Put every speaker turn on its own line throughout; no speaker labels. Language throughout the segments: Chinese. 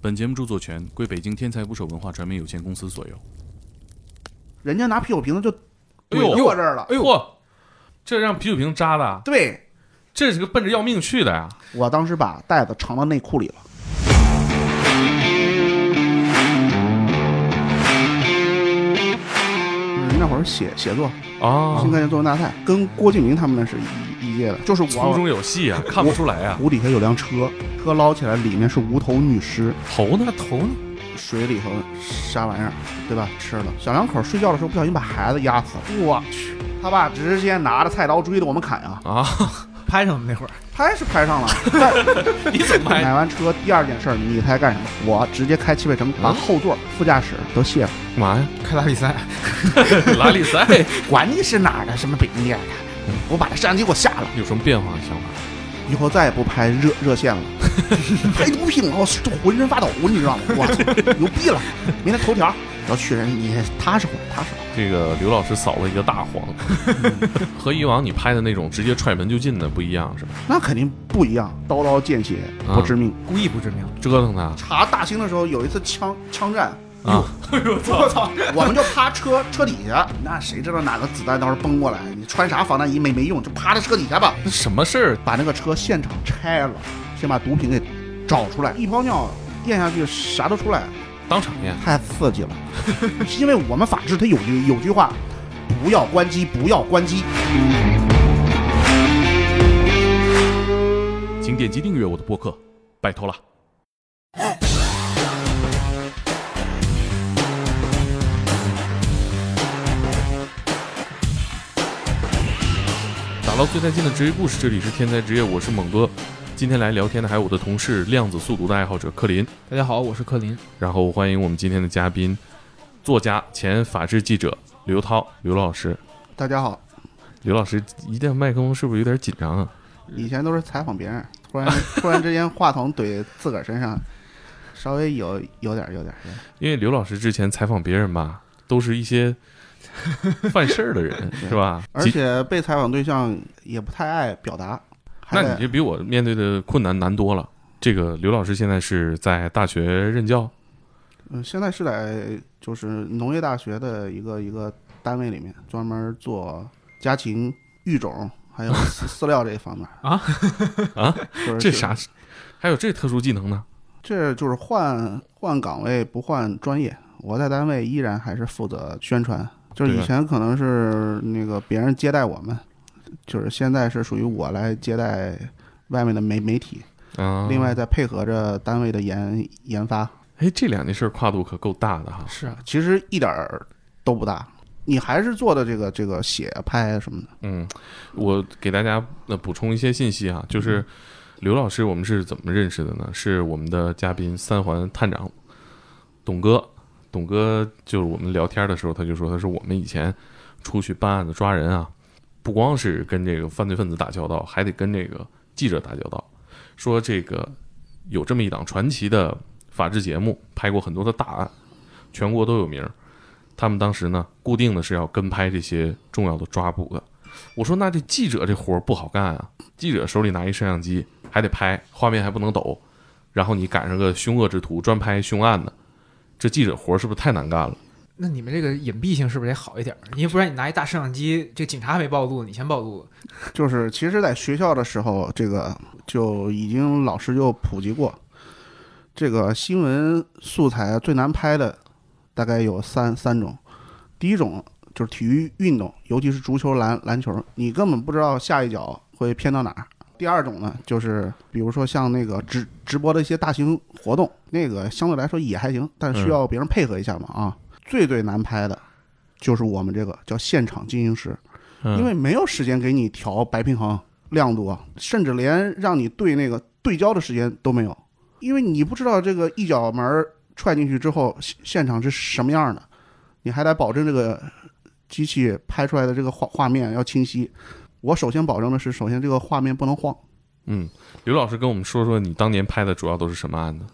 本节目著作权归北京天才捕手文化传媒有限公司所有。
人家拿啤酒瓶子就
哎呦
怼过这儿了。
哎呦，嚯这让啤酒瓶扎的，啊
对
这是个奔着要命去的呀！
我当时把袋子藏到内裤里了。嗯那会儿写写作，
啊
新概念作文大赛，跟郭敬明他们那是一一届的，就是
粗
我
中有细啊，看不出来啊。
湖底下有辆车，车捞起来里面是无头女尸，
头呢？头呢？
水里头啥玩意儿，对吧？吃了。小两口睡觉的时候不小心把孩子压死了，我去！他爸直接拿着菜刀追着我们砍呀，
啊，
拍上我们那会儿，
拍是拍上了，但
你怎么还？
买完车第二件事儿，你猜干什么？我直接开汽配城，把后座、副驾驶都卸了。
干 嘛呀？
开打比赛，
拉力 赛
管你是哪儿的，什么北京电视台，我把这摄像机给我下了，
有什么变化想法？
以后再也不拍热热线了， 拍毒品了，我这浑身发抖，你知道吗？我操，牛逼了！明天头条，然后去人，你踏实会儿，踏实会儿。
这个刘老师扫了一个大 黄，和以往你拍的那种直接踹门就进的不一样，是吧？
那肯定不一样，刀刀见血不致命。
故意不致命。
折腾他
啊查大兴的时候有一次枪枪战，
啊，
我操！我们就趴车车底下，那谁知道哪个子弹到时候崩过来？你穿啥防弹衣没没用，就趴在车底下吧。
那什么事儿？
把那个车现场拆了，先把毒品给找出来，一泡尿咽下去啥都出来，
当场面
太刺 激了。是因为我们法制它有句有句话，不要关机，不要关机。
请点击订阅我的播客，拜托了。
打捞最带劲的职业故事，这里是天才职业，我是猛哥。今天来聊天的还有我的同事量子速读的爱好者克林，
大家好，我是柯林。
然后欢迎我们今天的嘉宾，作家、前法制记者刘涛，刘老师。
大家好，
刘老师，一旦麦克风是不是有点紧张啊？
以前都是采访别人，突 然突然之间话筒怼自个儿身上，稍微有有点有点。有点
因为刘老师之前采访别人吧，都是一些 犯事儿的人，是吧？
而
其
且被采访对象也不太爱表达，还
那
得
你这比我面对的困难难多了。这个刘老师现在是在大学任教，
嗯，现在是在就是农业大学的一个一个单位里面，专门做家禽育种还有饲饲料这一方面
啊
啊，
就
这？
是
啥？还有这特殊技能呢？
这就是换换岗位不换专业，我在单位依然还是负责宣传，就是
对
以
吧
前可能是那个别人接待我们，就是现在是属于我来接待外面的媒媒体，
啊，
另外，再配合着单位的研研发，
哎，这两件事儿跨度可够大的哈。
是啊，
其实一点儿都不大。你还是做的这个这个写拍什么的，
嗯，我给大家呃补充一些信息啊，就是刘老师我们是怎么认识的呢？是我们的嘉宾三环探长董哥，董哥就是我们聊天的时候他就说，他说我们以前出去办案子抓人啊，不光是跟这个犯罪分子打交道，还得跟这个记者打交道。说这个有这么一档传奇的法制节目，拍过很多的大案，全国都有名儿。他们当时呢，固定的是要跟拍这些重要的抓捕的。我说那这记者这活儿不好干啊，记者手里拿一摄像机，还得拍，画面还不能抖，然后你赶上个凶恶之徒，专拍凶案的，这记者活儿是不是太难干了？
那你们这个隐蔽性是不是得好一点儿？你不然你拿一大摄像机，这警察还没暴露，你先暴露。
就是其实，在学校的时候，这个就已经老师就普及过，这个新闻素材最难拍的大概有三三种，第一种就是体育运动，尤其是足球、篮篮球，你根本不知道下一脚会偏到哪儿。第二种呢，就是比如说像那个直直播的一些大型活动，那个相对来说也还行，但需要别人配合一下嘛啊。最最难拍的，就是我们这个叫现场进行时，因为没有时间给你调白平衡、亮度啊，甚至连让你对那个对焦的时间都没有，因为你不知道这个一脚门儿踹进去之后现现场是什么样的，你还得保证这个机器拍出来的这个画画面要清晰。我首先保证的是，首先这个画面不能晃。
嗯，刘老师跟我们说说你当年拍的主要都是什么案子？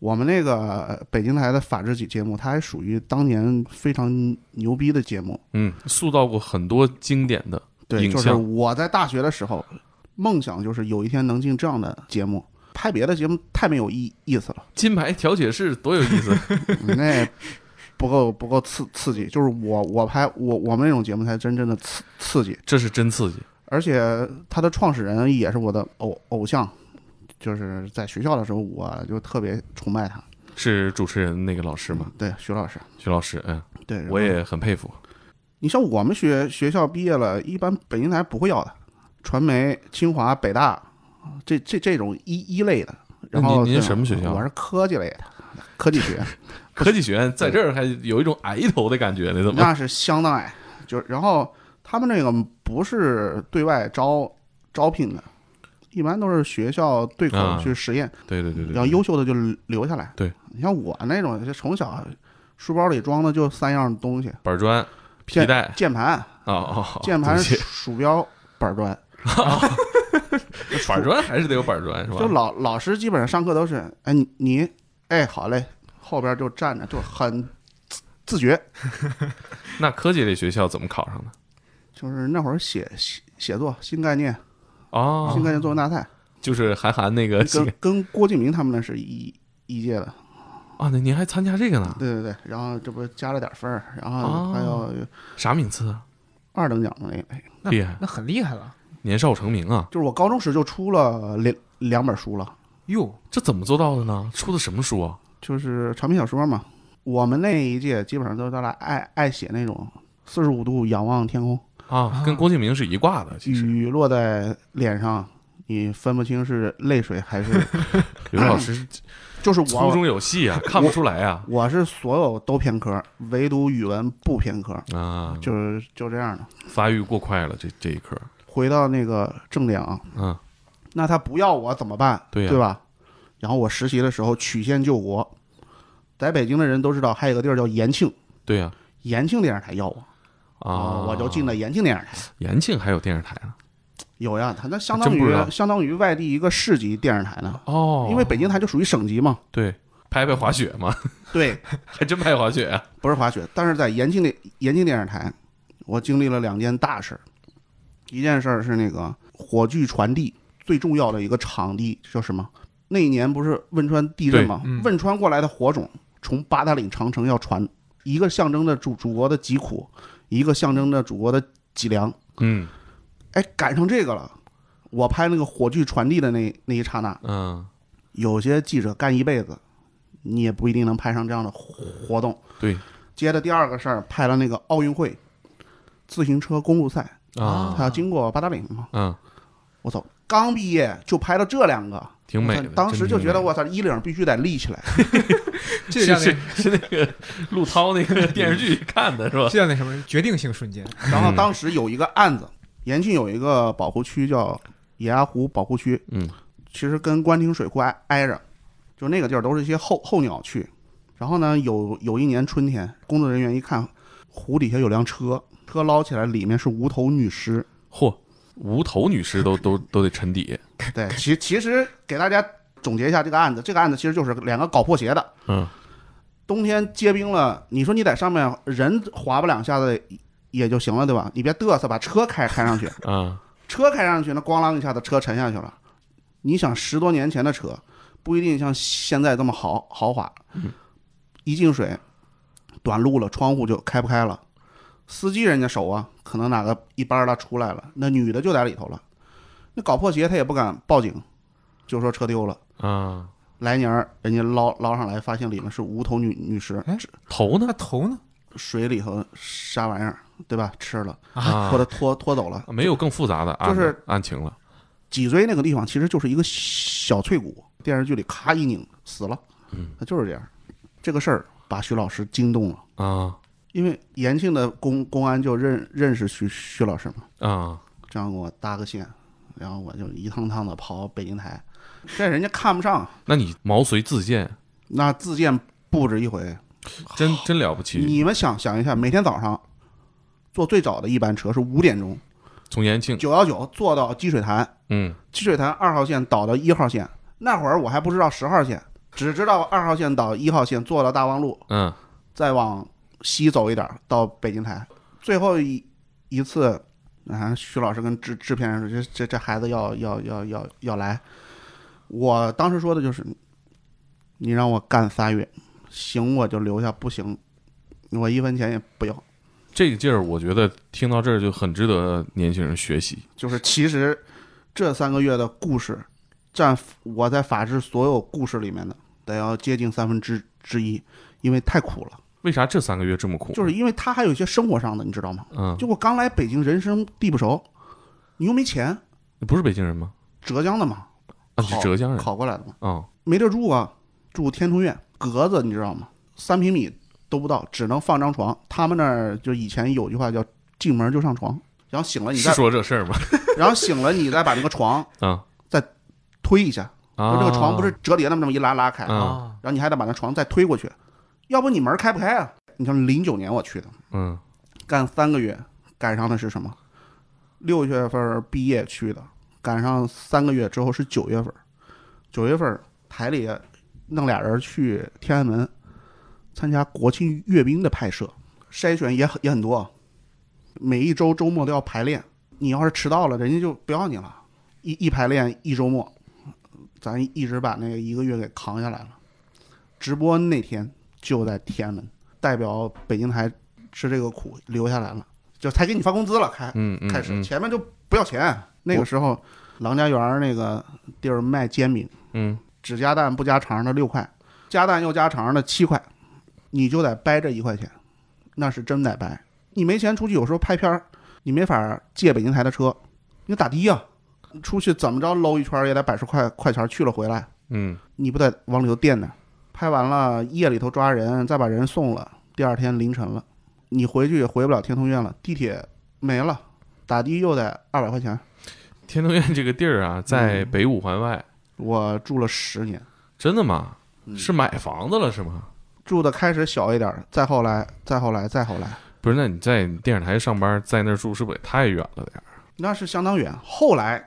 我们那个呃北京台的法制节节目，它还属于当年非常牛逼的节目，
嗯，塑造过很多经典的，
对，
影
就是
像
我在大学的时候，梦想就是有一天能进这样的节目，拍别的节目太没有意意思了，
金牌调解室多有意思！
那不够不够刺刺激。就是我我拍我我们那种节目才真正的刺刺激，
这是真刺激。
而且他的创始人也是我的偶偶像，就是在学校的时候我就特别崇拜他，
是主持人那个老师吗？？
对，徐老师，
徐老师，嗯，
对，然后
我也很佩服。
你像我们学学校毕业了，一般北京台不会要的，传媒、清华、北大，这这这种一一类的。然
那
后
您您
这种
什么学校
我是科技类的，科技学，
科技学院在这儿还有一种矮一头的感觉呢， 怎么？
那是相当矮。就是然后他们那个不是对外招招聘的，一般都是学校对口
啊
去实验，
对对对对，
然后
对
优秀的就留下来。
对，
你像我那种，就从小书包里装的就三样东西：
板砖、皮
键
带
键盘、
啊啊，
键盘、
对不
鼠
起
鼠标、板砖。
板砖还是得有板砖是吧？
就老老师基本上上课都是，哎你你哎好嘞，后边就站着就很自自觉，
那科技类学校怎么考上的？
就是那会儿写写写作新概念、
哦
新，概念作文大赛，
就是韩寒那个
跟跟郭敬明他们那是一一届的，
啊，那您还参加这个呢？
对对对，然后这不加了点分儿，然后
哦
还有
啥名次啊？
二等奖的那类，
那
厉害
那很厉害了
年少成名啊，
就是我高中时就出了两两本书了，
哟。
这怎么做到的呢？出的什么书啊？
就是长篇小说嘛，我们那一届基本上都是大家爱爱写那种四十五度仰望天空。
啊，跟郭敬明是一挂的，其实。
雨落在脸上，你分不清是泪水 还是
刘老师
就是
粗
我。
中有细啊，看不出来啊。
我是所有都偏科，唯独语文不偏科，
啊，
就是就这样的。
发育过快了，这这一科，
回到那个正点啊，
嗯，
那他不要我怎么办？
对呀
吧？然后我实习的时候曲线救国，在北京的人都知道，还有个地儿叫延庆，
对呀、
延庆电视台要我
啊，
我就进了延庆电视台。
延庆还有电视台呢。
有呀，他那相当
真不知道
于相当于外地一个市级电视台呢，
哦
因为北京台就属于省级嘛。
对拍拍滑雪嘛，
对，
还真拍滑雪啊。
不是滑雪，但是在延庆的延庆电视台，我经历了两件大事儿。一件事儿是那个火炬传递最重要的一个场地叫什么？那一年不是汶川地震吗？
对嗯
汶川过来的火种从八达岭长城要传，一个象征着祖祖国的疾苦，一个象征着祖国的脊梁。
嗯
哎，赶上这个了。我拍那个火炬传递的那那一刹那，
嗯，
有些记者干一辈子，你也不一定能拍上这样的活动。
对
接着第二个事儿，拍了那个奥运会自行车公路赛，
啊，
它要经过八达岭嘛。
嗯，
我操，刚毕业就拍到这两个，
挺美
我
的
操。当时
真
就
挺
觉得
美
我操，衣领必须得立起来。
这
是
叫
是
那
是那个陆涛那个电视剧看的是吧？
这叫那什么决定性瞬间，
然后当时有一个案子，延庆有一个保护区叫野鸭湖保护区，
嗯，
其实跟官厅水库挨挨着，就那个地儿都是一些候候鸟区。然后呢，有有一年春天，工作人员一看湖底下有辆车，车捞起来里面是无头女尸。
嚯，无头女尸都都都得沉底。
对，其其实给大家总结一下这个案子，这个案子其实就是两个搞破鞋的，
嗯，
冬天结冰了，你说你在上面人滑不两下子也就行了，对吧？你别嘚瑟，把车开开上去，
啊，
车开上去，那咣啷一下子车沉下去了。你想十多年前的车，不一定像现在这么豪豪华，一进水，短路了，窗户就开不开了。司机人家熟啊，可能哪个一班儿的出来了，那女的就在里头了。那搞破鞋他也不敢报警，就说车丢了。
啊，
来年儿人家捞捞上来，发现里面是无头女女尸，
哎
头呢
那头呢？
水里头啥玩意儿，对吧？吃了，
啊
拖，的拖拖走了。
没有更复杂的案
就是
子案情了。
脊椎那个地方其实就是一个小脆骨，电视剧里咔一拧死了，那就是这样。这个事儿把徐老师惊动了，
啊
因为延庆的公公安就认认识徐徐老师嘛，
啊，
这样给我搭个线，然后我就一趟趟的跑北京台，这人家看不上，
那你毛遂自荐，
那自荐不止一回。
真真了不起。
你们想想一下，每天早上坐最早的一班车是五点钟，
从延庆，
九幺九坐到积水潭，
嗯，
积水潭二号线倒到一号线，那会儿我还不知道十号线，只知道二号线倒一号线，坐到大望路，
嗯，
再往西走一点儿到北京台。最后一一次，啊，徐老师跟制制片人说，这这这孩子要要要要要来，我当时说的就是，你让我干仨月，行我就留下，不行我一分钱也不要。
这个劲儿，我觉得听到这儿就很值得年轻人学习。
就是其实这三个月的故事，占我在法治所有故事里面的得要接近三分之之一，因为太苦了。
为啥这三个月这么苦？
就是因为他还有一些生活上的，你知道吗？
嗯，
就我刚来北京，人生地不熟，你又没钱，
你不是北京人吗？
浙江的嘛，
啊，你是
考
浙江人啊
考过来的嘛，、
哦
没地儿住啊，住天通苑格子，你知道吗？三平米都不到，只能放张床。他们那儿就以前有句话叫“进门就上床”，然后醒了你
是
再，
说这事儿吗？
然后醒了你再把那个床
啊
推一下，就
啊，
这个床不是折叠那么这么一拉拉开，
嗯
啊，
然后你还得把那床再推过去，要不你门开不开啊？你像零九年我去的，
嗯
干三个月，赶上的是什么？六月份毕业去的，赶上三个月之后是九月份。九月份台里弄俩人去天安门参加国庆阅兵的拍摄，筛选也很也很多，每一周周末都要排练。你要是迟到了，人家就不要你了。一一排练一周末，咱一直把那个一个月给扛下来了。直播那天就在天安门，代表北京台吃这个苦留下来了，就才给你发工资了，开
嗯嗯，
开始
嗯
前面就不要钱。那个时候，郎家园儿那个地儿卖煎饼，
嗯
只加蛋不加肠的六块，加蛋又加肠的七块，你就得掰这一块钱，那是真得掰。你没钱出去，有时候拍片儿，你没法借北京台的车，你打的呀、出去怎么着搂一圈儿也得百十块块钱儿去了回来，
嗯
你不得往里头垫呢？拍完了夜里头抓人，再把人送了，第二天凌晨了，你回去也回不了天通苑了，地铁没了，打的又得二百块钱。
天通苑这个地儿啊，在
嗯
北五环外，
我住了十年，
真的吗？
嗯
是买房子了是吗？
住的开始小一点儿，再后来，再后来，再后来，
不是，那你在电视台上班，在那儿住是不是也太远了点
那是相当远。后来，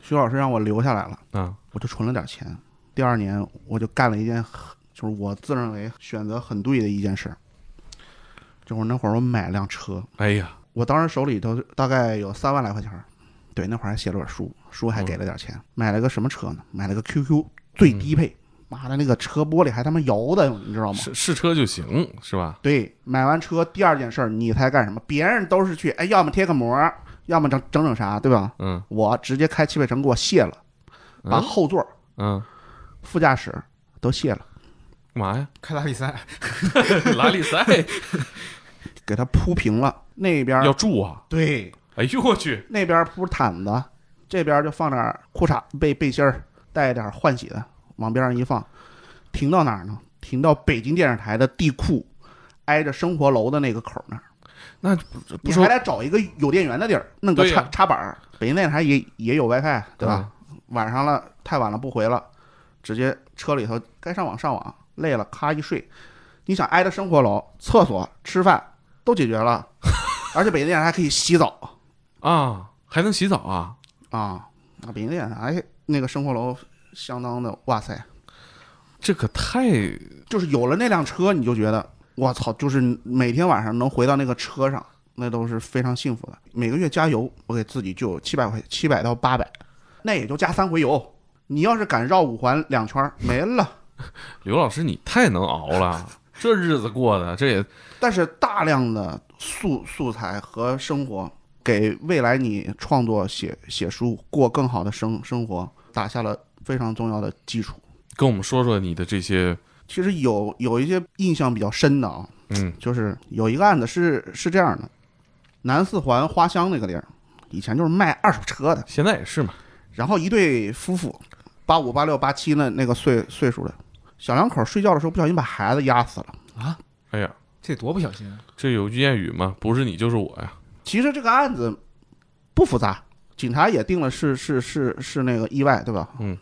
徐老师让我留下来了，
儿啊？
我就存了点钱。第二年，我就干了一件很，就是我自认为选择很对的一件事儿，就是那会儿我买辆车，
哎呀，
我当时手里头大概有三万来块钱儿，对，那会儿还写了本书，书还给了点钱，买了个什么车呢？买了个 QQ 最低配，妈的那个车玻璃还他妈摇的，你知道吗？
试试车就行是吧？
对，买完车第二件事儿，你猜干什么？别人都是去，哎，要么贴个膜儿，要么整整整啥，对吧？
嗯
我直接开汽配城给我卸了，把
嗯
后座、
嗯，
副驾驶都卸了，
干嘛 呀？
开拉力赛
拉力赛
给它铺平了。那边儿
要住啊？
对，
哎呦我去，
那边铺毯子，这边就放点儿裤衩、背背心儿，带点儿换洗的，往边上一放。停到哪儿呢？停到北京电视台的地库，挨着生活楼的那个口儿那儿。
那
你
不
还
说
得找一个有电源的地儿，弄个
对呀
插、插板儿。北京电视台也也有 WiFi，对吧？？晚上了，太晚了不回了，直接车里头该上网上网，累了咔一睡。你想挨着生活楼、厕所、吃饭都解决了， 而且北京电视台还可以洗澡。
啊，还能洗澡啊？
啊，那北京电视台哎那个生活楼相当的，哇塞！
这可太
就是有了那辆车，你就觉得我操，就是每天晚上能回到那个车上，那都是非常幸福的。每个月加油，我给自己就有七百块，七百到八百，那也就加三回油。你要是敢绕五环两圈儿，没了。
刘老师，你太能熬了， 这日子过的这也
但是大量的素素材和生活，给未来你创作、写写书、过更好的生生活打下了非常重要的基础。
跟我们说说你的这些，
其实有有一些印象比较深的啊，
嗯
就是有一个案子是是这样的，南四环花乡那个地儿，以前就是卖二手车的，
现在也是嘛，
然后一对夫妇，八五、八六、八七那那个岁岁数的小两口睡觉的时候不小心把孩子压死了。
啊，
哎呀，
这多不小心 啊！
这有句谚语嘛，不是你就是我呀。
其实这个案子不复杂，警察也定了是是是是那个意外，对吧？
嗯。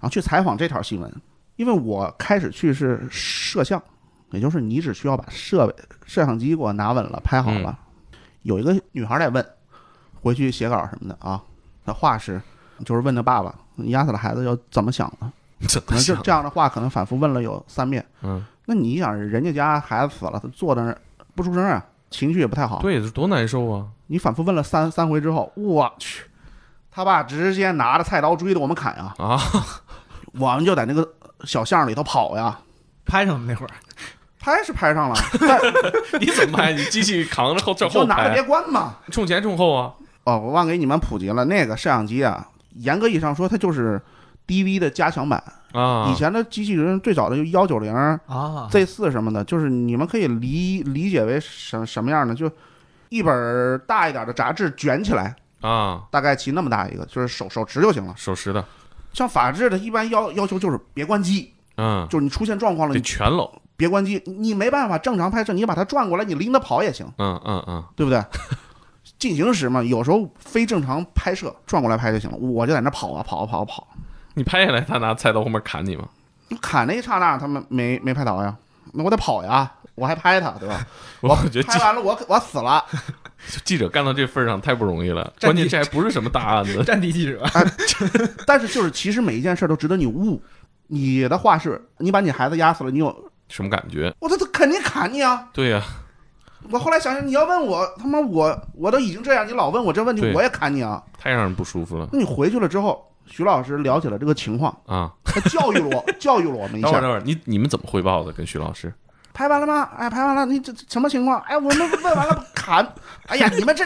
然后去采访这条新闻，因为我开始去是摄像，也就是你只需要把设备摄像机给我拿稳了，拍好了。
嗯
有一个女孩来问，回去写稿什么的啊，她话是就是问她爸爸，你压死了孩子要怎么想的？
怎
可
么
能就
想？
这样的话，可能反复问了有三遍。
嗯，
那你想，人家家孩子死了，他坐在那儿不出声啊，情绪也不太好。
对，这多难受啊！
你反复问了三三回之后，我去，他爸直接拿着菜刀追着我们砍呀！
啊，
我们就在那个小巷里头跑呀，
拍上了那会儿，
拍是拍上 了，但
你怎么拍？你机器扛着后这
就
后
拿着
排
别，关嘛。
冲前冲后啊？
哦，我忘给你们普及了，那个摄像机啊，严格意义上说，它就是 DV 的加强版。
啊
以，前的机器人最早的就幺九零、
啊，
Z 四什么的，就是你们可以理理解为什什么样呢？就一本儿大一点的杂志卷起来，
啊，
大概齐那么大一个，就是手手持就行了。
手持的，
像法制的，一般要要求就是别关机，
嗯，
就是你出现状况了，
得
你
全搂，
别关机，你没办法正常拍摄，你把它转过来，你拎着跑也行，
嗯嗯嗯，
对不对？进行时嘛，有时候非正常拍摄，转过来拍就行了。我就在那跑啊跑啊跑啊跑，
你拍下来，他拿菜刀后面砍你吗？
砍那一刹那，他们没没拍倒呀，那我得跑呀，我还拍他，对吧？
我我觉得
拍
记
完了我我死了，
记者干到这份儿上太不容易了，
战
关
地，
键这还不是什么大案子
战地记者，
但是就是其实每一件事都值得你悟。你的话是，你把你孩子压死了，你有
什么感觉？
我他他肯定砍你啊！
对呀、
我后来想想，你要问我他妈我我都已经这样，你老问我这问题
对，
我也砍你啊！
太让人不舒服了
那你回去了之后，徐老师了解了这个情况，
啊！
他教育了我 教育了我们一
等会儿
下。
等会儿，你你们怎么汇报的？跟徐老师
拍完了吗？哎，拍完了，你这这什么情况？哎，我们问完了砍，哎呀，你们这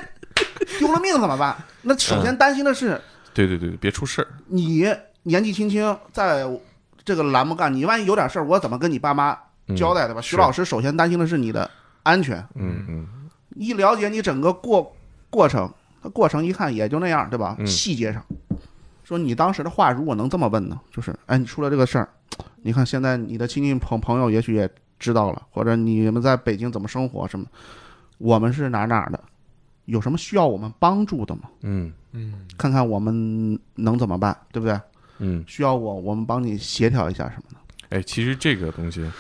丢了命怎么办？那首
嗯
先担心的是，
对对对，别出事儿
你年纪轻轻，在这个栏目干，你万一有点事儿，我怎么跟你爸妈交。代，对吧？徐
嗯是
老师首先担心的是你的安全，
嗯嗯
一了解你整个过过程，他过程一看也就那样，对吧？
嗯
细节上，说你当时的话如果能这么问呢，就是，哎，你出了这个事儿，你看现在你的亲戚朋朋友也许也知道了，或者你们在北京怎么生活什么，我们是哪儿哪儿的，有什么需要我们帮助的吗？
嗯
嗯，
看看我们能怎么办，对不对？
嗯，
需要我，我们帮你协调一下什么的。
哎，其实这个东西，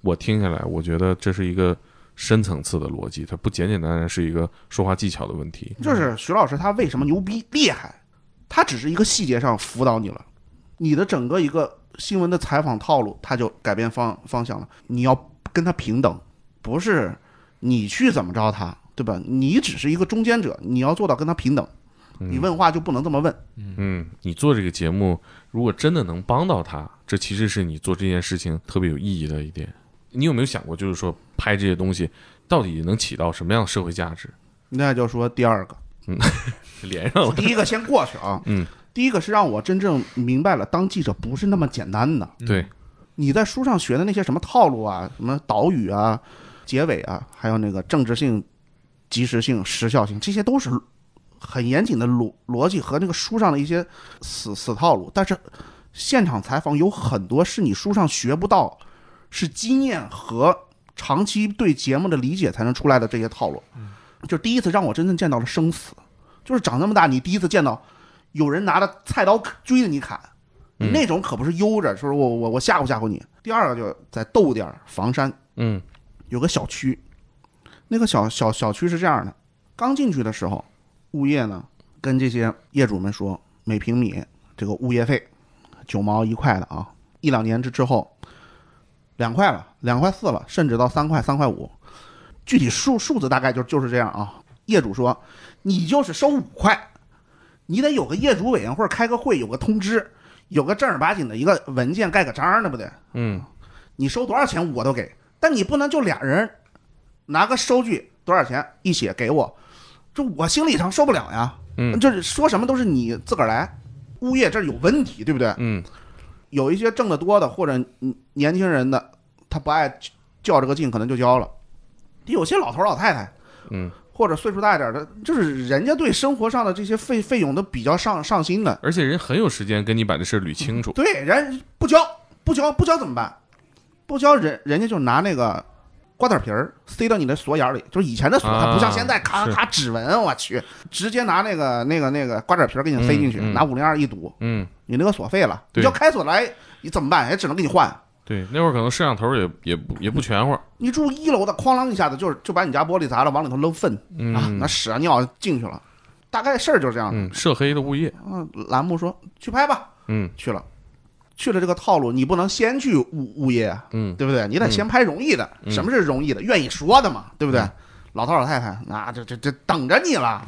我听下来，我觉得这是一个深层次的逻辑，它不简简单单是一个说话技巧的问题。
就是徐老师他为什么牛逼厉害，他只是一个细节上辅导你了，你的整个一个新闻的采访套路他就改变方方向了。你要跟他平等，不是你去怎么着他，对吧？你只是一个中间者，你要做到跟他平等。你问话就不能这么问，
嗯，你做这个节目，如果真的能帮到他，这其实是你做这件事情特别有意义的一点。你有没有想过，就是说拍这些东西到底能起到什么样的社会价值？
那就说第二个，
连上了，
第一个先过去啊。
嗯，
第一个是让我真正明白了，当记者不是那么简单的。
对，
你在书上学的那些什么套路啊，什么导语啊、结尾啊，还有那个政治性、及时性、时效性，这些都是很严谨的逻逻辑和那个书上的一些死死套路。但是现场采访有很多是你书上学不到，是经验和长期对节目的理解才能出来的这些套路。就第一次让我真正见到了生死，就是长这么大你第一次见到有人拿着菜刀追着你砍。
嗯
那种可不是悠着，说我我我吓唬吓唬你。第二个就是在豆店儿房山
嗯
有个小区，那个小小小区是这样的：刚进去的时候，物业呢跟这些业主们说，每平米这个物业费九毛一块的啊，一两年之之后两块了，两块四了，甚至到三块三块五，具体数数字大概就就是这样啊。业主说，你就是收五块，你得有个业主委员会开个会，有个通知，有个正儿八经的一个文件盖个章儿，对不对？
嗯
你收多少钱我都给，但你不能就俩人拿个收据多少钱一写给我，这我心理上受不了呀。
嗯，
就是说什么都是你自个儿来，物业这儿有问题，对不对？
嗯
有一些挣得多的或者嗯年轻人的，他不爱较这个劲，可能就交了。有些老头儿老太太，
嗯，
或者岁数大一点儿的，就是人家对生活上的这些费费用都比较上上心的，
而且人很有时间跟你把这事儿捋清楚。
对，人不交，不交，不交怎么办？不交人人家就拿那个瓜子皮儿塞到你的锁眼儿里，就是以前的锁，
啊
它不像现在咔
是
咔指纹，我去，直接拿那个那个那个瓜子皮儿给你塞进去，
嗯嗯
拿五零二一堵，
嗯，
你那个锁废了，
对
你要开锁来，你怎么办？也只能给你换。
对，那会儿可能摄像头也也不也不全乎。
你住一楼的，哐啷一下子就是就把你家玻璃砸了，往里头扔粪、啊，
嗯
那屎啊尿进去了，大概事儿就是这样的。
嗯，涉黑的物业。
嗯，栏目说去拍吧，
嗯
去了，去了这个套路，你不能先去物物业啊，
嗯
对不对？你得先拍容易的，
嗯
什么是容易的？愿意说的嘛，对不对？
嗯
老头老太太， 那、这这这等着你了。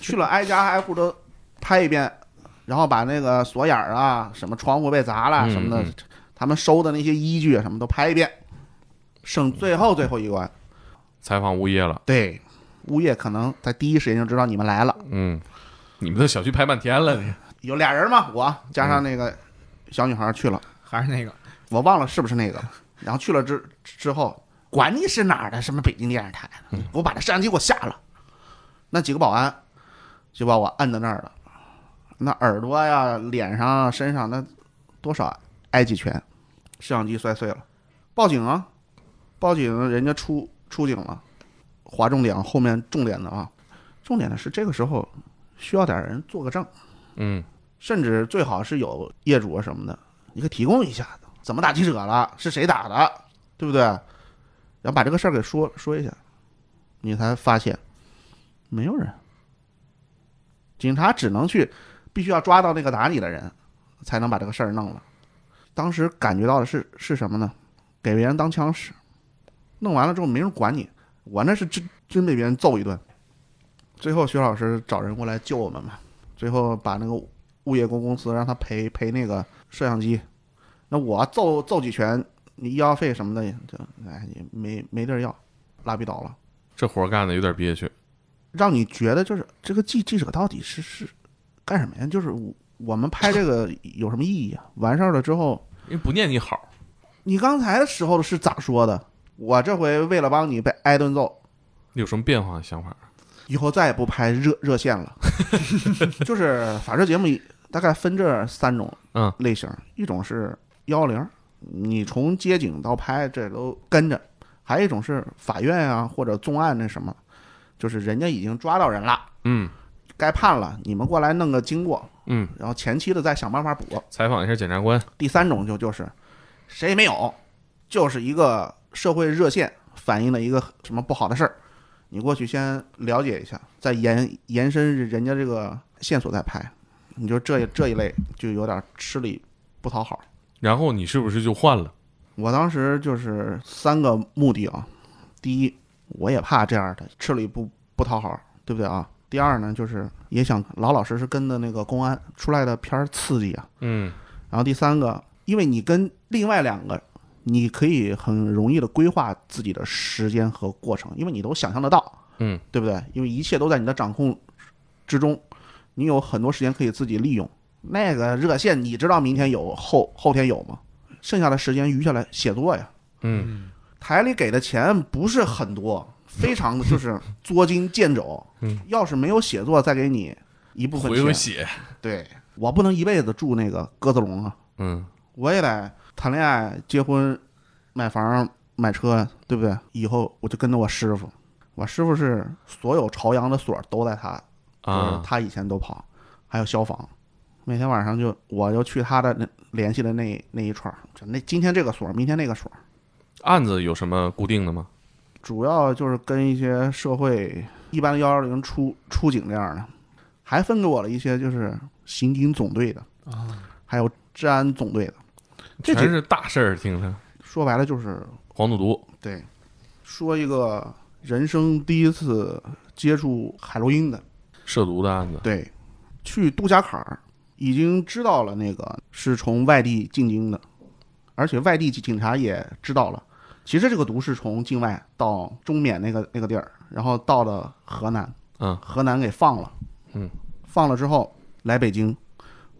去了挨家挨户都拍一遍，然后把那个锁眼儿啊、什么窗户被砸了
嗯
什么的，
嗯
他们收的那些依据啊什么都拍一遍，剩最后最后一关。
采访物业了，
对，物业可能在第一时间就知道你们来了，
嗯，你们的小区排半天了，你
有俩人嘛，我加上那个小女孩去了，
还是那个
我忘了是不是那个了。然后去了之之后，管你是哪儿的，什么北京电视台的，给我把那摄像机给我下了。那几个保安就把我摁在那儿了，那耳朵呀、脸上啊、身上那多少挨几拳，摄像机摔碎了，报警啊！报警，人家出出警了。划重点，后面重点的啊，重点的是这个时候需要点人做个证。
嗯
甚至最好是有业主啊什么的，你可以提供一下子，怎么打记者了，是谁打的，对不对？然后把这个事儿给说说一下，你才发现没有人，警察只能去，必须要抓到那个打你的人，才能把这个事儿弄了。当时感觉到的是是什么呢？给别人当枪使，弄完了之后没人管你，我那是真真被别人揍一顿。最后，薛老师找人过来救我们嘛，最后把那个物业公公司让他赔赔那个摄像机，那我揍揍几拳，你医药费什么的也就哎也没没地儿要，拉逼倒了，
这活儿干的有点憋屈，
让你觉得就是这个记记者到底是是干什么呀？就是我我们拍这个有什么意义啊？完事儿了之后，
因为不念你好，
你刚才的时候是咋说的？我这回为了帮你被挨顿揍，
你有什么变化想法？
以后再也不拍热热线了， 就是法制节目大概分这三种
嗯
类型，一种是幺零，你从接警到拍这都跟着；还有一种是法院啊或者重案那什么，就是人家已经抓到人了，
嗯
该判了，你们过来弄个经过，
嗯，
然后前期的再想办法补。
采访一下检察官，
第三种就就是谁也没有，就是一个社会热线反映了一个什么不好的事儿，你过去先了解一下，再延延伸人家这个线索再拍，你就这这一类就有点吃力不讨好。
然后你是不是就换了？
我当时就是三个目的啊，第一，我也怕这样的吃力不不讨好，对不对啊？第二呢，就是也想老老实实跟着那个公安出来的片儿刺激啊，
嗯
然后第三个，因为你跟另外两个，你可以很容易的规划自己的时间和过程，因为你都想象得到，
嗯，
对不对？因为一切都在你的掌控之中，你有很多时间可以自己利用。那个热线，你知道明天有，后后天有吗？剩下的时间余下来写作呀。
嗯，
台里给的钱不是很多，非常的就是捉襟见肘。
嗯，
要是没有写作，再给你一部分
回回
钱。
血，
对我不能一辈子住那个鸽子笼啊。
嗯
我也得谈恋爱、结婚、买房、买车，对不对？以后我就跟着我师傅，我师傅是所有朝阳的所都在他，就是
啊，
他以前都跑，还有消防。每天晚上就我就去他的那联系的那那一串儿，就那今天这个所，明天那个所，
案子有什么固定的吗？
主要就是跟一些社会一般幺幺零出出警这样的，还分给我了一些就是刑警总队的，
啊，
还有治安总队的。这
全
几
是大事儿，听着，
说白了就是
黄赌毒，
对，说一个人生第一次接触海洛因的，
涉毒的案子，
对，去杜家坎儿，已经知道了那个是从外地进京的，而且外地警察也知道了，其实这个毒是从境外到中缅那个那个地儿，然后到了河南，
嗯
河南给放了，
嗯，
放了之后来北京，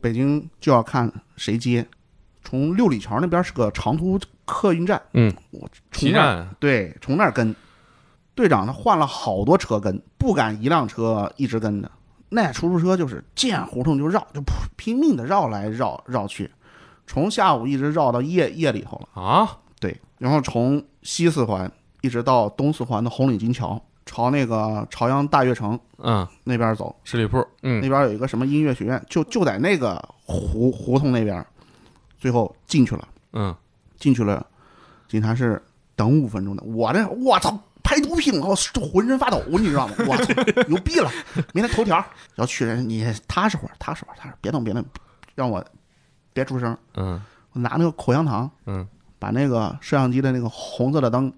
北京就要看谁接。从六里桥那边是个长途客运站，
嗯，
我从
提
那儿
案，
对，从那儿跟。队长他换了好多车跟，不敢一辆车一直跟着。那出租车就是见胡同就绕，就扑拼命的绕来绕绕去，从下午一直绕到夜夜里头了。
啊，
对，然后从西四环一直到东四环的红领巾桥，朝那个朝阳大悦城
嗯，
那边走。
十里铺，嗯
那边有一个什么音乐学院，就就在那个胡胡同那边，最后进去了。
嗯，
进去了，警察是等五分钟的。我这我操，拍毒品我就浑身发抖，你知道吗？我操，牛逼了！明天头条要去人，你踏实会儿，踏实会儿，踏实，别动，别动，让我别出声。
嗯
我拿那个口香糖，
嗯，
把那个摄像机的那个红色的灯，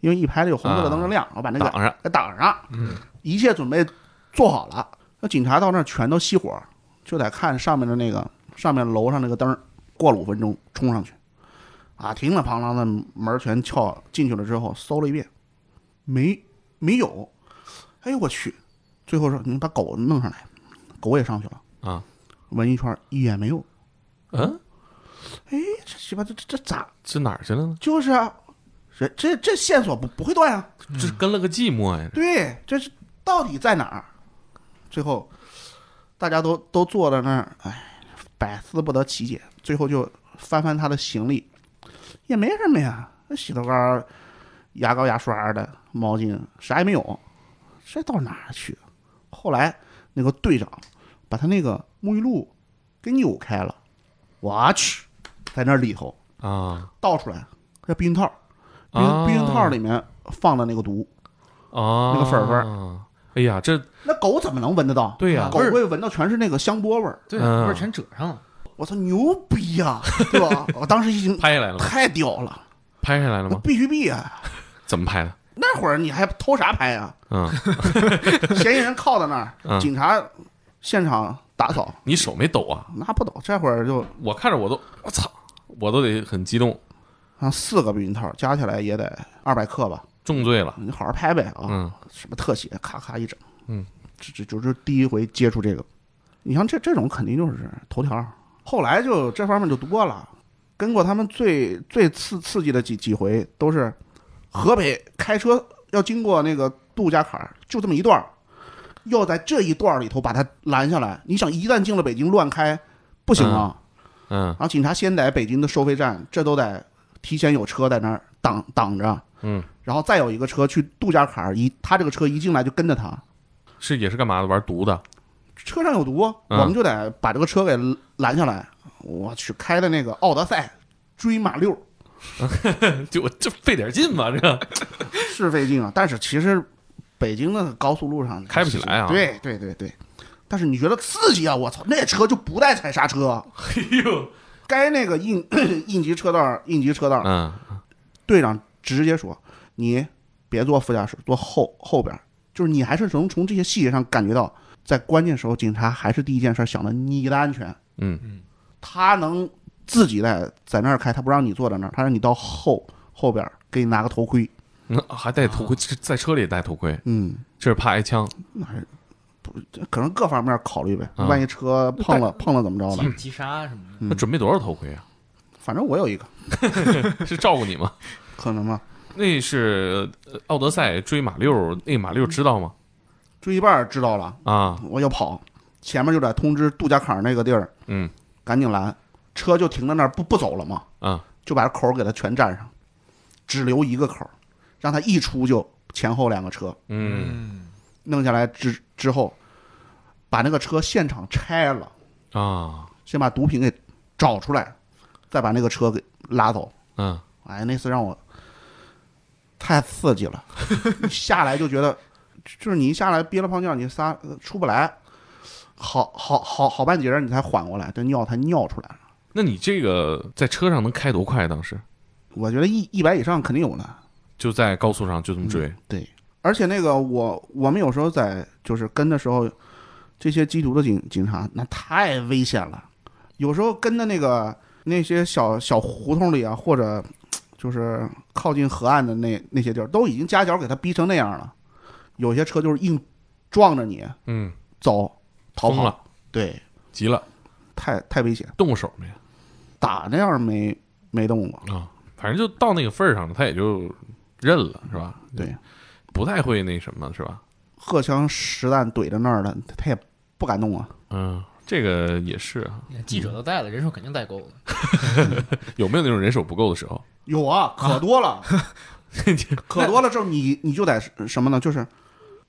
因为一拍这个红色的灯就亮，我把
嗯，
那个
挡上，
给挡上，
嗯
一切准备做好了。那警察到那儿全都熄火，就得看上面的那个上面楼上那个灯儿，过了五分钟冲上去，啊，叮了乓啷的门儿全撬进去了之后搜了一遍，没没有，哎呦我去，最后说你把狗弄上来，狗也上去了
啊，
闻一圈儿也没有，
嗯，
哎这鸡巴这这这咋
这哪儿去了呢？
就是啊，人这这线索不不会断啊，
这是跟了个寂寞呀、
对，这是到底在哪儿？最后大家都都坐在那儿，哎，百思不得其解。最后就翻翻他的行李，也没什么呀，那洗头膏、牙膏、牙刷的毛巾啥也没有，这到哪儿去？后来那个队长把他那个沐浴露给扭开了，我去，在那里头
啊
倒出来，这避孕套，避孕、
啊
避孕套里面放的那个毒，
啊，
那个粉粉
儿。哎呀，这
那狗怎么能闻得到？
对呀、
狗
味儿
会闻到全是那个香波味儿，
对，
嗯
味儿全遮上了。
我操，牛逼呀、对吧？我当时 已经
拍下来了吗？
太屌了，
拍下来了
我
吗？
必须毙啊！
怎么拍的？
那会儿你还偷啥拍啊？
嗯，
嫌疑人靠在那儿，
嗯
警察现场打扫，
你手没抖啊？
那不懂。这会儿就
我看着我都，我操，我都得很激动，
啊，四个避孕套加起来也得二百克吧？
重罪了。
你好好拍呗啊！
嗯
什么特写，咔咔一整，
嗯，
这这就是第一回接触这个。你像这这种肯定就是头条，后来就这方面就多了。跟过他们最最刺刺激的几几回都是河北开车要经过那个杜家坎儿，就这么一段儿，要在这一段儿里头把它拦下来。你想一旦进了北京乱开，不行啊！
嗯
然后警察先在北京的收费站，这都得提前有车在那儿挡挡着，
嗯，
然后再有一个车去杜家坎儿，一他这个车一进来就跟着他，
是也是干嘛的？玩毒的
车上有毒，啊
嗯
我们就得把这个车给拦下来。我去，开的那个奥德赛追马六
就这费点劲吧，这个
是费劲啊，但是其实北京的高速路上
开不起来啊
对对对对，但是你觉得刺激啊！我操，那车就不带踩刹车，
哎呦，
该那个应 应急车道，应急车道，
嗯，
队长直接说：“你别坐副驾驶，坐后后边儿。”就是你还是能从这些细节上感觉到，在关键时候，警察还是第一件事想的你的安全。
嗯
嗯，
他能自己在在那儿开，他不让你坐在那儿，他让你到后后边儿给你拿个头盔。
那还戴头盔，这在车里也戴头盔，
嗯，
这是怕挨枪。
这可能各方面考虑呗，
啊
万一车碰了碰了怎么着呢？
急急刹什么的，
那准备多少头盔啊？
反正我有一个，
是照顾你吗？
可能吧，
那是呃奥德赛追马六，那马六知道吗？
追一半儿知道了，
啊，
我要跑，前面就得通知杜家坎儿那个地儿，
嗯，
赶紧拦，车就停在那儿不不走了嘛，
啊，
就把口儿给它全占上，只留一个口儿，让它一出就前后两个车
嗯
弄下来之之后，把那个车现场拆了，
啊，
先把毒品给找出来，再把那个车给拉走。
嗯，
哎，那次让我太刺激了， 一下来就觉得，就是你一下来憋了泡尿，你仨呃出不来，好好好好半截儿你才缓过来，这尿才尿出来了。
那你这个在车上能开多快？当时
我觉得一一百以上肯定有了。
就在高速上就这么追，
对，而且那个我我们有时候在就是跟的时候，这些缉毒的警警察那太危险了，有时候跟的那个那些小小胡同里啊，或者就是靠近河岸的那那些地儿，都已经夹角给他逼成那样了，有些车就是硬撞着你
嗯，
走逃
疯
跑，
了，
对，
急了，
太太危险，
动过手没？
打那样没没动过，
啊，反正就到那个份儿上了，他也就认了，是吧？
对，
不太会那什么，是吧？
荷枪实弹怼在那儿了，他也不敢动啊。
嗯，这个也是啊，
记者都带了，人数肯定带够了。
有没有那种人手不够的时候？
有啊，可多了，可多了之后你你就得什么呢？就是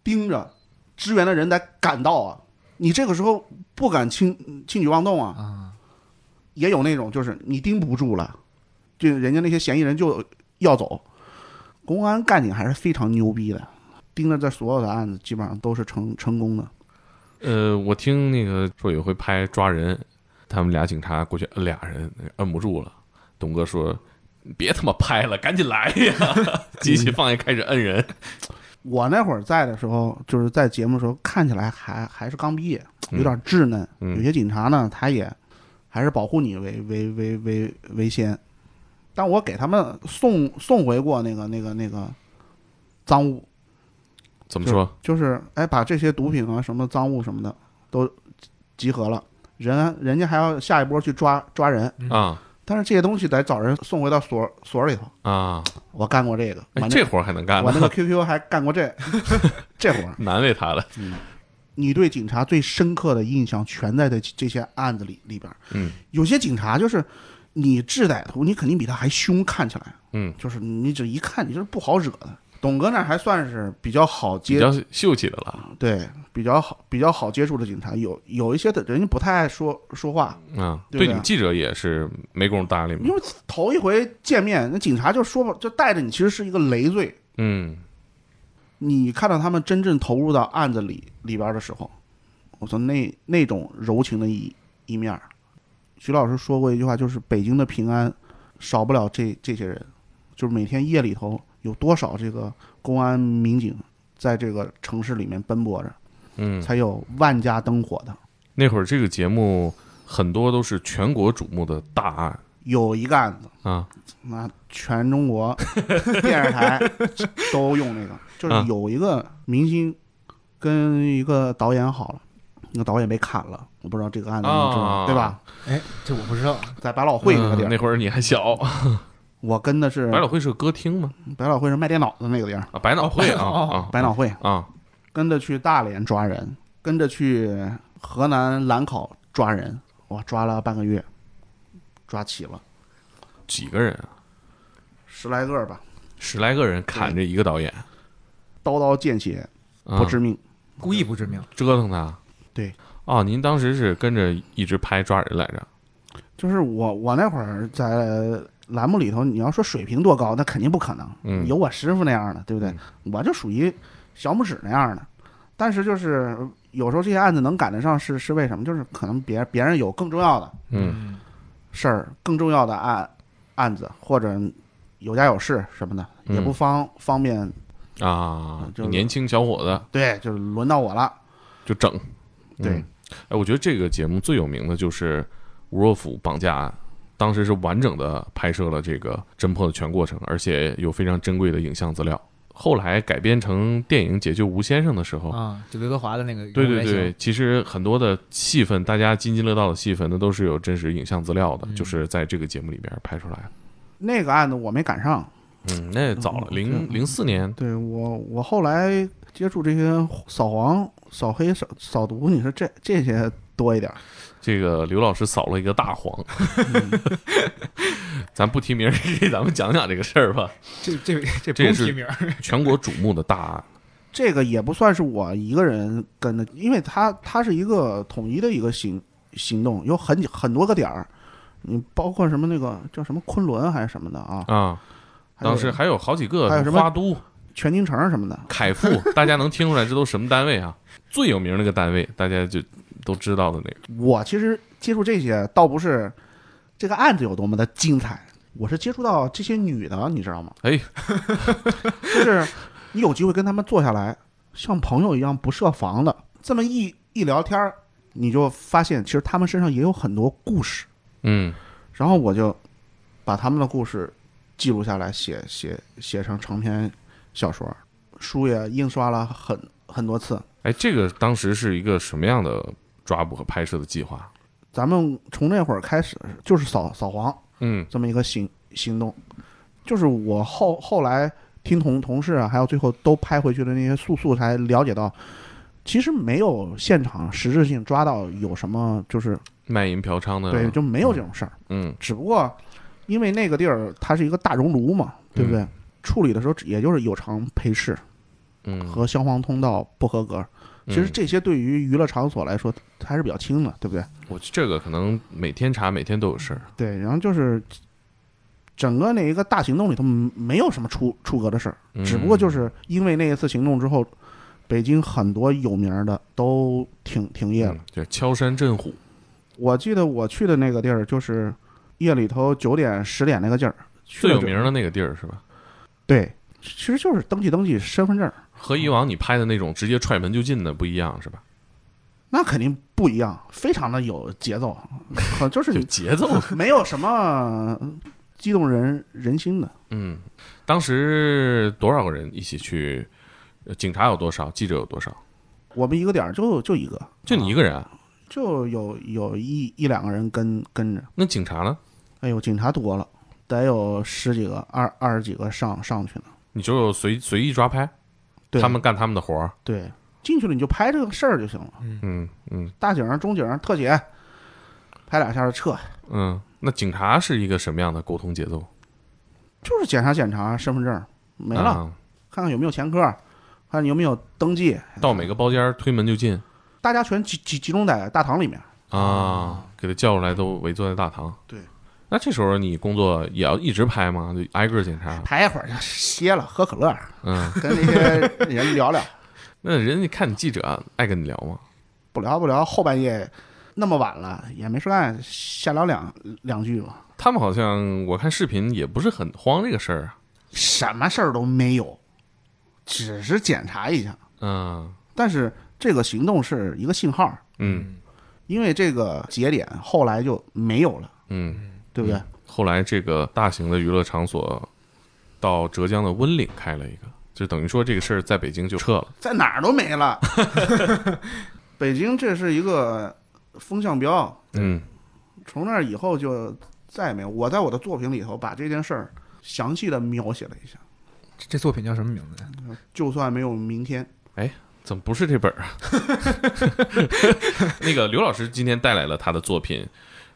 盯着支援的人得赶到啊，你这个时候不敢轻轻举妄动
嗯
啊。
啊，
也有那种就是你盯不住了，就人家那些嫌疑人就要走。公安干警还是非常牛逼的，盯着这所有的案子基本上都是成成功的。
呃，我听那个说有一回拍抓人，他们俩警察过去摁俩人，摁不住了。董哥
嗯
说：“别他妈拍了，赶紧来呀！”机器放下开始摁人，
我那会儿在的时候，就是在节目的时候，看起来还还是刚毕业，
嗯
有点稚嫩。
嗯
有些警察呢，他也还是保护你为为为为为先。但我给他们送送回过那个那个那个赃物，
怎么说？
就是哎，把这些毒品啊、什么赃物什么的都集合了，人啊人家还要下一波去抓抓人，
啊
但是这些东西得找人送回到所所里头。
啊！
我干过这个，
哎，
我那
这活儿还能干
我那个
呢，
QQ 还干过这 这活儿。
难为他了。
你对警察最深刻的印象全在这这些案子里里边儿。
嗯
有些警察就是你治歹徒，你肯定比他还凶，看起来
嗯，
就是你这一看你就是不好惹的。董哥那儿还算是比较好
比
接
较秀气的了
对，比较好，比较好接触的警察，有有一些的人家不太爱说说话，
啊。
嗯对不对
对你们记者也是没工夫搭理你
因
们。
为头一回见面，那警察就说吧，就带着你，其实是一个累赘。
嗯，
你看到他们真正投入到案子里里边的时候，我说那那种柔情的一一面儿，徐老师说过一句话，就是北京的平安少不了这这些人，就是每天夜里头有多少这个公安民警在这个城市里面奔波着，
嗯
才有万家灯火的。
那会儿这个节目很多都是全国瞩目的大案
有一个案子。
啊。
那全中国 电 视台都用那个，就是
啊
有一个明星跟一个导演好了，那个导演被砍了，我不知道这个案子你知道吗
啊
对吧？
哎，这我不知道，
在百老汇那个地
嗯
儿，
那会儿你还小，
我跟的是
百老汇是个歌厅吗？
百老汇是卖电脑的那个地儿，
啊，百脑汇啊
哦
啊，
百脑汇
啊，
跟着去大连抓人，跟着去河南兰考抓人，哇，抓了半个月，抓起了
几个人啊？
十来个吧，
十来个人砍着一个导演，
刀刀见血
啊
不致命，
故意不致命，
折腾他。
对，
哦，您当时是跟着一直拍抓人来着？
就是我我那会儿在栏目里头，你要说水平多高，那肯定不可能。
嗯
有我师傅那样的，对不对？我就属于小拇指那样的。但是就是有时候这些案子能赶得上是，是为什么？就是可能别别人有更重要的
嗯
事儿、更重要的案案子，或者有家有事什么的，也不
嗯
方方便。
啊，
就是
年轻小伙子
对，就是轮到我了。
就整。
对
嗯，哎，我觉得这个节目最有名的就是吴若甫绑架案，当时是完整的拍摄了这个侦破的全过程，而且有非常珍贵的影像资料。后来改编成电影《解救吴先生》的时候，
啊，就刘德华的那个
对对
原型
对，，其实很多的戏份，大家津津乐道的戏份，那都是有真实影像资料的，
嗯
就是在这个节目里边拍出来的。
那个案子我没赶上，
嗯，那早了，零零四年，
对我，我后来接触这些扫黄、扫黑、扫扫毒，你说这这些多 一点儿，
这个刘老师扫了一个大黄。 咱不提名儿， 给咱们讲讲这个事儿吧。
这这这不
这也
用
是
提名儿，
全国瞩目的大案，
这个也不算是我一个人跟的，因为它它是一个统一的一个行行动，有很很多个点儿，你包括什么那个叫什么昆仑还是什么的啊，
啊，
还有
当时还有好几个，
还有什么
花都、
全京城什么的，
凯富， 大家能听出来这都什么单位啊？最有名那个单位，大家就都知道的那个。
我其实接触这些倒不是这个案子有多么的精彩，我是接触到这些女的，你知道吗？
哎，
就是你有机会跟他们坐下来，像朋友一样不设防的这么一一聊天儿，你就发现其实他们身上也有很多故事。
嗯
然后我就把他们的故事记录下来，写写写成长篇小说，书也印刷了很很多次。
哎，这个当时是一个什么样的抓捕和拍摄的计划？
咱们从那会儿开始就是扫扫黄
嗯
这么一个行行动，就是我后后来听同同事啊，还有最后都拍回去的那些素素才了解到，其实没有现场实质性抓到有什么，就是
卖淫嫖娼的，
对，就没有这种事儿。
嗯
只不过因为那个地儿它是一个大熔炉嘛，对不对？处理的时候只也就是有偿陪侍
嗯，
和消防通道不合格。其实
嗯
这些对于娱乐场所来说还是比较轻的，对不对？
我这个可能每天查，每天都有事儿。
对，然后就是整个那一个大行动里头没有什么出出格的事儿，
嗯
只不过就是因为那一次行动之后，北京很多有名儿的都停停业了。
嗯就敲山震虎，
我记得我去的那个地儿就是夜里头九点十点那个劲儿，去
最
了
有
就
名的那个地儿是吧？
对，其实就是登记登记身份证儿，
和以往你拍的那种直接踹门就进的不一样，是吧？
那肯定不一样，非常的有节奏，可就是
有
你
节奏。
没有什么激动人人心的。
嗯，当时多少个人一起去？呃警察有多少？记者有多少？
我们一个点儿就就一个，
就你一个人啊？
就有有一一两个人跟跟着。
那警察呢？
哎呦，警察多了，得有十几个、二二十几个上上去呢。
你就随随意抓拍，
对
他们干他们的活儿。
对进去了你就拍这个事儿就行了，
嗯嗯
大景儿、中景儿、特写，拍两下就撤，
嗯。那警察是一个什么样的沟通节奏？
就是检查检查身份证儿没了，
啊
看看有没有前科，看看有没有登记。
到每个包间儿推门就进
大家全集集集中在大堂里面。
啊，给他叫出来都围坐在大堂。
对，
那这时候你工作也要一直拍吗？就挨个儿检查。
排一会儿就歇了，喝可乐，
嗯，
跟那些人聊聊。
那人家看你记者爱跟你聊吗？
不聊不聊，后半夜那么晚了也没事干，瞎聊两两句吧。
他们好像我看视频也不是很慌这个事儿啊。
什么事儿都没有，只是检查一下。
嗯
但是这个行动是一个信号，
嗯
因为这个节点后来就没有了，
嗯。
对不对？
后来这个大型的娱乐场所到浙江的温岭开了一个，就等于说这个事儿在北京就撤了。
在哪儿都 没了。北京这是一个风向标，
嗯
从那儿以后就再也没有。我在我的作品里头把这件事儿详细的描写了一下，
这这作品叫什么名字？
就算没有明天。
怎么不是这本儿 啊？那个刘老师今天带来了他的作品，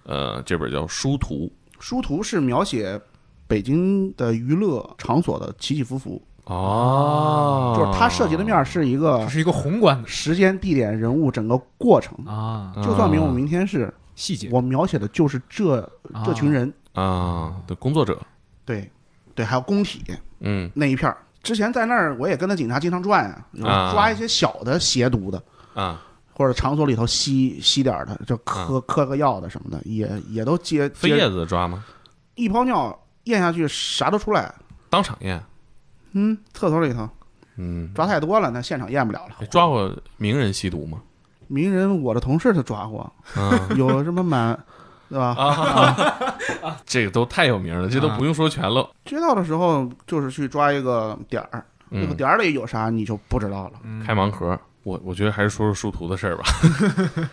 呃，这本叫《殊途
殊途是描写北京的娱乐场所的起起伏伏，》
哦
就是它涉及的面儿是一个
这是一个宏观的
时间、地点、人物整个过程。
啊，
就算没有明天是，
细节。
我描写的就是这
啊
这群人，
啊的工作者，
对对，还有工体
嗯
那一片儿。之前在那儿我也跟着警察经常转啊，有
啊
抓一些小的邪毒的，
啊，
或者场所里头吸吸点儿的，就嗑嗑个药的什么的，也也都接
飞叶
接
子抓吗？
一泡尿咽下去啥都出来。
当场验，
嗯，厕所里头
嗯，
抓太多了，那现场验不了了。
抓过名人吸毒吗？
名人，我的同事他抓过，
啊
有什么满，对吧？
啊，这个都太有名了，这都不用说全了。
街道的时候就是去抓一个点儿，那
嗯
个，点儿里有啥你就不知道了。
开盲盒，我我觉得还是说说殊途的事儿吧。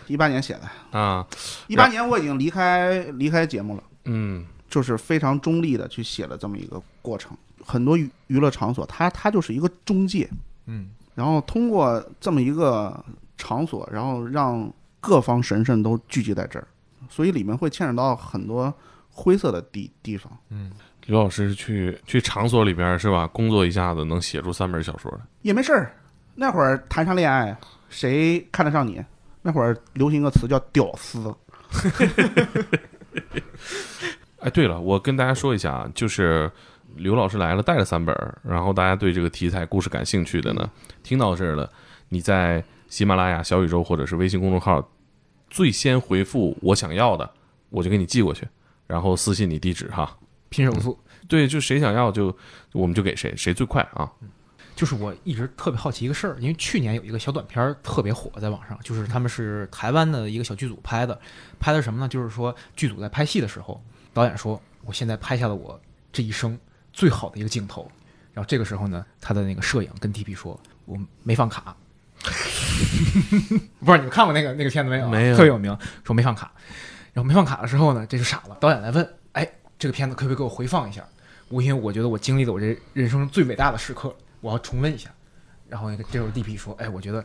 一八年写的，
啊，
一八年我已经离开离开节目了，
嗯
就是非常中立的去写了这么一个过程。很多娱娱乐场所，它它就是一个中介，
嗯，
然后通过这么一个场所，然后让各方神圣都聚集在这儿，所以里面会牵扯到很多灰色的地地方。
刘老师去去场所里边儿是吧？工作一下子能写出三本小说来。
也没事儿。那会儿谈上恋爱，谁看得上你？那会儿流行一个词叫“屌丝
哎，对了，我跟大家说一下啊，就是刘老师来了，带了三本儿，然后大家对这个题材故事感兴趣的呢，听到这儿了，你在喜马拉雅、小宇宙或者是微信公众号最先回复我想要的，我就给你寄过去，然后私信你地址哈。
拼手速。
对，就谁想要就我们就给谁，谁最快啊。
就是我一直特别好奇一个事儿，因为去年有一个小短片儿特别火，在网上，就是他们是台湾的一个小剧组拍的，拍的什么呢？就是说剧组在拍戏的时候，导演说我现在拍下了我这一生最好的一个镜头，然后这个时候呢，他的那个摄影跟 TP 说我没放卡，不知道你们看过那个那个片子没有啊？
没有
特别有名，说没放卡，然后没放卡的时候呢，这就傻了，导演来问，哎，这个片子可不可以给我回放一下？我因为我觉得我经历了我这人生中最伟大的时刻，我要重温一下。然后那个这会儿 DP 说，哎，我觉得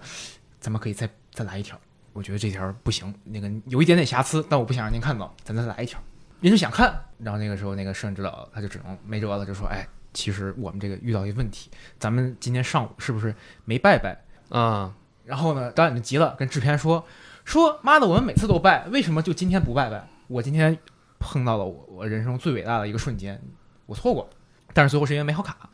咱们可以再再来一条，我觉得这条不行，那个有一点点瑕疵，但我不想让您看到，咱再来一条。人就想看，然后那个时候那个摄影指导他就只能没辙了，就说，哎，其实我们这个遇到一个问题，咱们今天上午是不是没拜拜？
啊，
然后呢，导演就急了，跟制片说：“说妈的，我们每次都拜，为什么就今天不拜拜？我今天碰到了我我人生最伟大的一个瞬间，我错过了，但是最后是因为没好卡。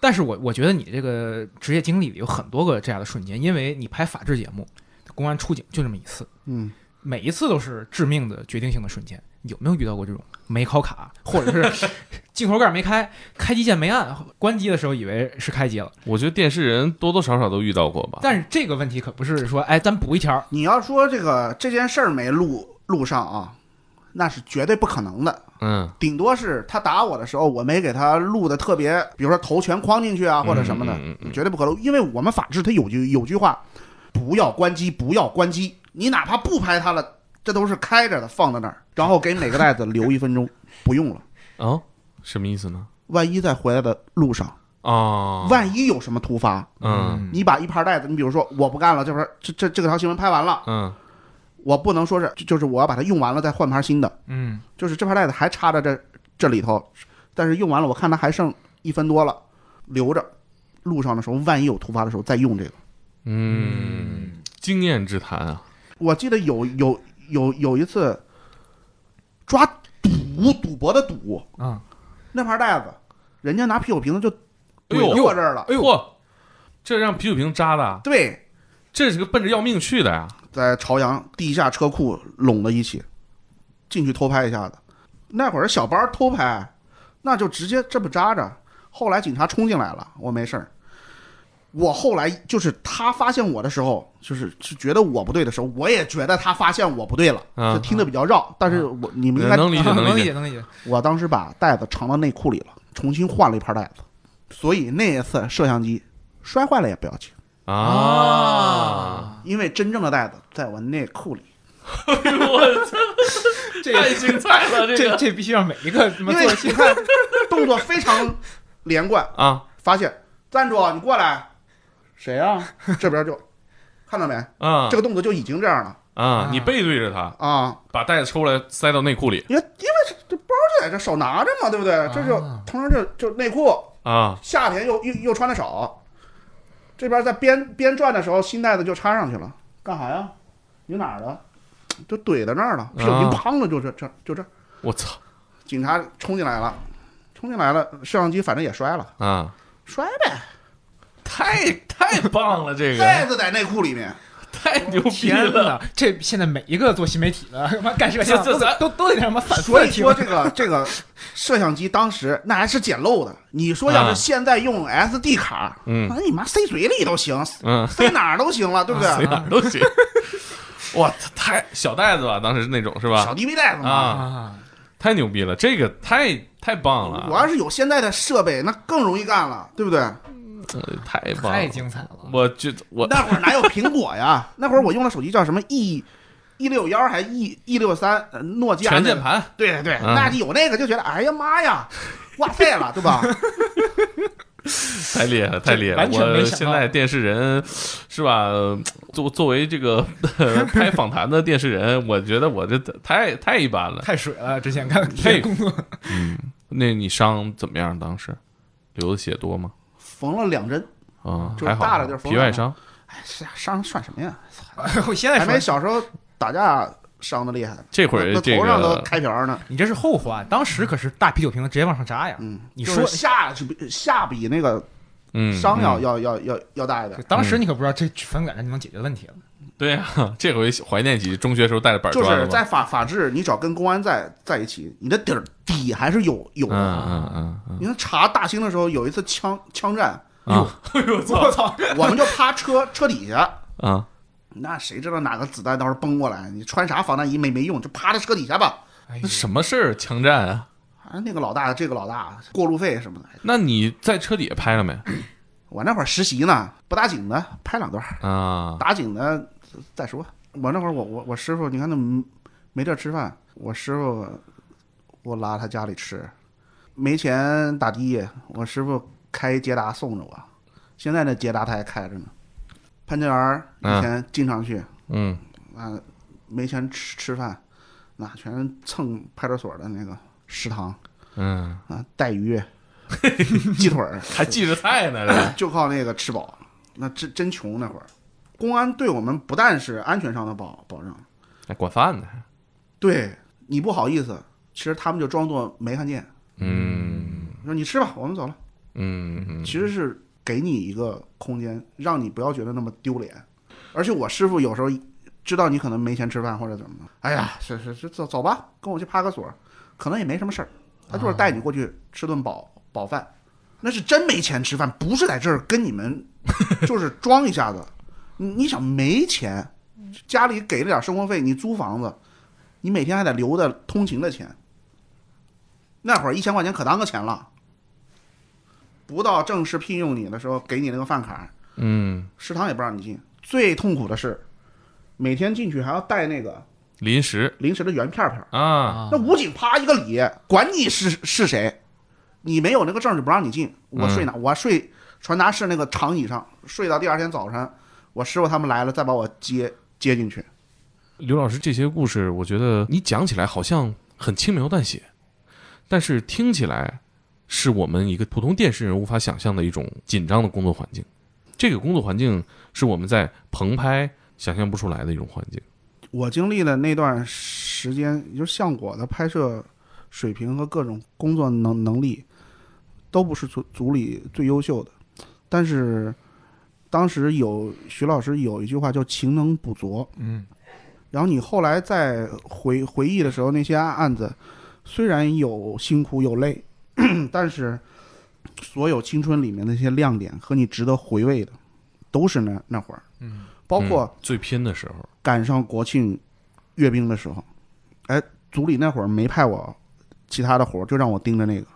但是我我觉得你这个职业经历里有很多个这样的瞬间，因为你拍法制节目，公安出警就这么一次，”。
嗯，
每一次都是致命的决定性的瞬间。有没有遇到过这种没考卡，或者 是镜头盖没开，开机键没按，关机的时候以为是开机了？
我觉得电视人多多少少都遇到过吧。
但是这个问题可不是说，哎，咱补一条，
你要说这个这件事儿没录录上啊，那是绝对不可能的。
嗯，
顶多是他打我的时候，我没给他录的特别，比如说头全框进去啊，或者什么的，
嗯嗯嗯嗯
绝对不可能。因为我们法制它有句有句话，不要关机，不要关机。你哪怕不拍它了，这都是开着的，放在那儿，然后给每个袋子留一分钟，不用了。
哦，什么意思呢？
万一在回来的路上，
哦，
万一有什么突发，
嗯
你把一盘袋子，你比如说我不干了，这盘这这这个条新闻拍完了，
嗯
我不能说是就就是我要把它用完了再换盘新的，
嗯，
就是这盘袋子还插着这这里头，但是用完了，我看它还剩一分多了，留着。路上的时候，万一有突发的时候再用这个。
嗯，经验之谈啊，
我记得有有有有一次抓赌赌博的赌，
啊、
那盘袋子，人家拿啤酒瓶子就
哎
怼
呦
过这儿了。
哎呦，这让啤酒瓶扎的啊，
对，
这是个奔着要命去的呀。
在朝阳地下车库拢了一起，进去偷拍一下子。那会儿小班偷拍，那就直接这么扎着。后来警察冲进来了，我没事儿。我后来就是他发现我的时候，就是就觉得我不对的时候，我也觉得他发现我不对了，
啊
就听得比较绕。但是我你们应该，
能理解，
啊能
理
解，。嗯能理解。
我当时把袋子藏到内裤里了，重新换了一盘袋子。所以那一次摄像机摔坏了也不要紧，
啊！
因为真正的袋子在我内裤里。
我操，
这
太精彩了，这
这
个
这必须让每一个什么
因
做
为
的戏
你看动作非常连贯，
啊
发现站住，啊你过来，谁啊？这边就看到没，
啊
这个动作就已经这样了
啊！你背对着他，
啊！
把袋子抽来塞到内裤里
因为因为这这包就在这，手拿着嘛，对不对？这就
啊
同时就就内裤，
啊！
夏天又又又穿的少，这边在边边转的时候，新袋子就插上去了，干啥呀？你哪儿的？就怼在那儿了，
啊
屁股一砰了，就这这就这，
我操
警察冲进来了，冲进来了，摄像机反正也摔了，
啊！
摔呗，
太太棒了，这
袋子在内裤里面。
太牛逼
天
了！
呐，这现在每一个做新媒体的，他妈干 摄像
这
都
咱
得都都得什么反复
所
地
以
听
说这个这个摄像机当时那还是捡漏的。你说要
啊
是现在用 SD 卡，
嗯
那你妈塞嘴里都行，
嗯，
塞哪儿都行了，对不对？
谁哪儿都行。哇，太小袋子吧，当时那种是吧
小？DV 袋子嘛。
啊
啊，
太牛逼了，这个太太棒了，
我要是有现在的设备，那更容易干了，对不对？
呃太棒了，
太精彩了。
我觉得我
那会儿哪有苹果呀？那会儿我用的手机叫什么 E 一六幺还 E 一六三，诺基亚
全
那
键
个
盘，
对对，
嗯
那有那个就觉得，哎呀妈呀，哇塞了，对吧？
太厉害了，太厉害了！
完全没
我
想到
现在电视人是吧？呃作作为这个、 呃拍访谈的电视人，我觉得我这太太一般了。
太水了！之前看
佩服
工作，
那你伤怎么样？当时流的血多吗？
缝了两针，
啊、
就是
还好
大了地儿缝
皮外伤
哎，是啊伤算什么呀？
我现在
还没
说
小时候打架伤的厉害呢，
这会儿
那
这
头上都
个
开瓢呢。
你这是后话，当时可是大啤酒瓶子直接往上扎呀！
嗯，
你
就
说
是下是比下比那个
嗯
伤要、
嗯
要要要要大一
就
点，
当时你可不知道这反感上就能解决问题了。
对啊， 这回怀念起中学时候带着板
就
砖了
是
吗
在法法治，你只要跟公安在在一起，你的底儿底还是有有
嗯
的。
嗯嗯嗯
你看查大兴的时候，有一次枪枪战，
啊
我操！
我们就趴车车底下，
啊
那谁知道哪个子弹到时候崩过来？你穿啥防弹衣没没用，就趴在车底下吧。
哎呦
那什么事儿枪战啊？
啊，那个老大，这个老大，过路费什么的。
那你在车底下拍了没？
我那会儿实习呢，不打紧的，拍两段。
啊，
打井的再说。我那会儿我我我师傅，你看那没没地儿吃饭，我师傅我拉他家里吃，没钱打的，我师傅开捷达送着我，现在那捷达他还开着呢。潘家园儿以前经常去，
嗯
啊，没钱吃吃饭，那全蹭派出所的那个食堂
嗯，
啊，带鱼、 鸡腿儿，
还记着菜呢，这
就靠那个吃饱，那真真穷那会儿。公安对我们不但是安全上的保保障，
还管哎饭呢。
对你不好意思，其实他们就装作没看见，
嗯
说你吃吧，我们走了。
嗯嗯，
其实是给你一个空间，让你不要觉得那么丢脸。而且我师傅有时候知道你可能没钱吃饭或者怎么的，哎呀，是是是，走走吧，跟我去趴个所，可能也没什么事儿，他就是带你
啊
过去吃顿饱饱饭，那是真没钱吃饭，不是在这儿跟 你们就是装一下子。你你想没钱，家里给了点生活费，你租房子，你每天还得留的通勤的钱，那会儿一千块钱可当个钱了。不到正式聘用你的时候，给你那个饭卡，
嗯，
食堂也不让你进。最痛苦的是，每天进去还要带那个
临时
零食的圆片片儿。
啊，
那武警啪一个礼，管你是是谁，你没有那个证就不让你进。我睡哪？我睡传达室那个长椅上，睡到第二天早晨，我师傅他们来了再把我接接进去。
刘老师这些故事，我觉得你讲起来好像很轻描淡写，但是听起来是我们一个普通电视人无法想象的一种紧张的工作环境。这个工作环境是我们在棚拍想象不出来的一种环境。
我经历了那段时间，也就是像我的拍摄水平和各种工作能能力，都不是组组里最优秀的。但是当时有徐老师有一句话叫“勤能补拙”，
嗯，
然后你后来再回回忆的时候，那些案子虽然有辛苦有累， 但是所有青春里面那些亮点和你值得回味的，都是那那会儿，
嗯，
包括、
嗯最拼的时候，
赶上国庆阅兵的时候，哎，组里那会儿没派我其他的活儿，就让我盯着那个。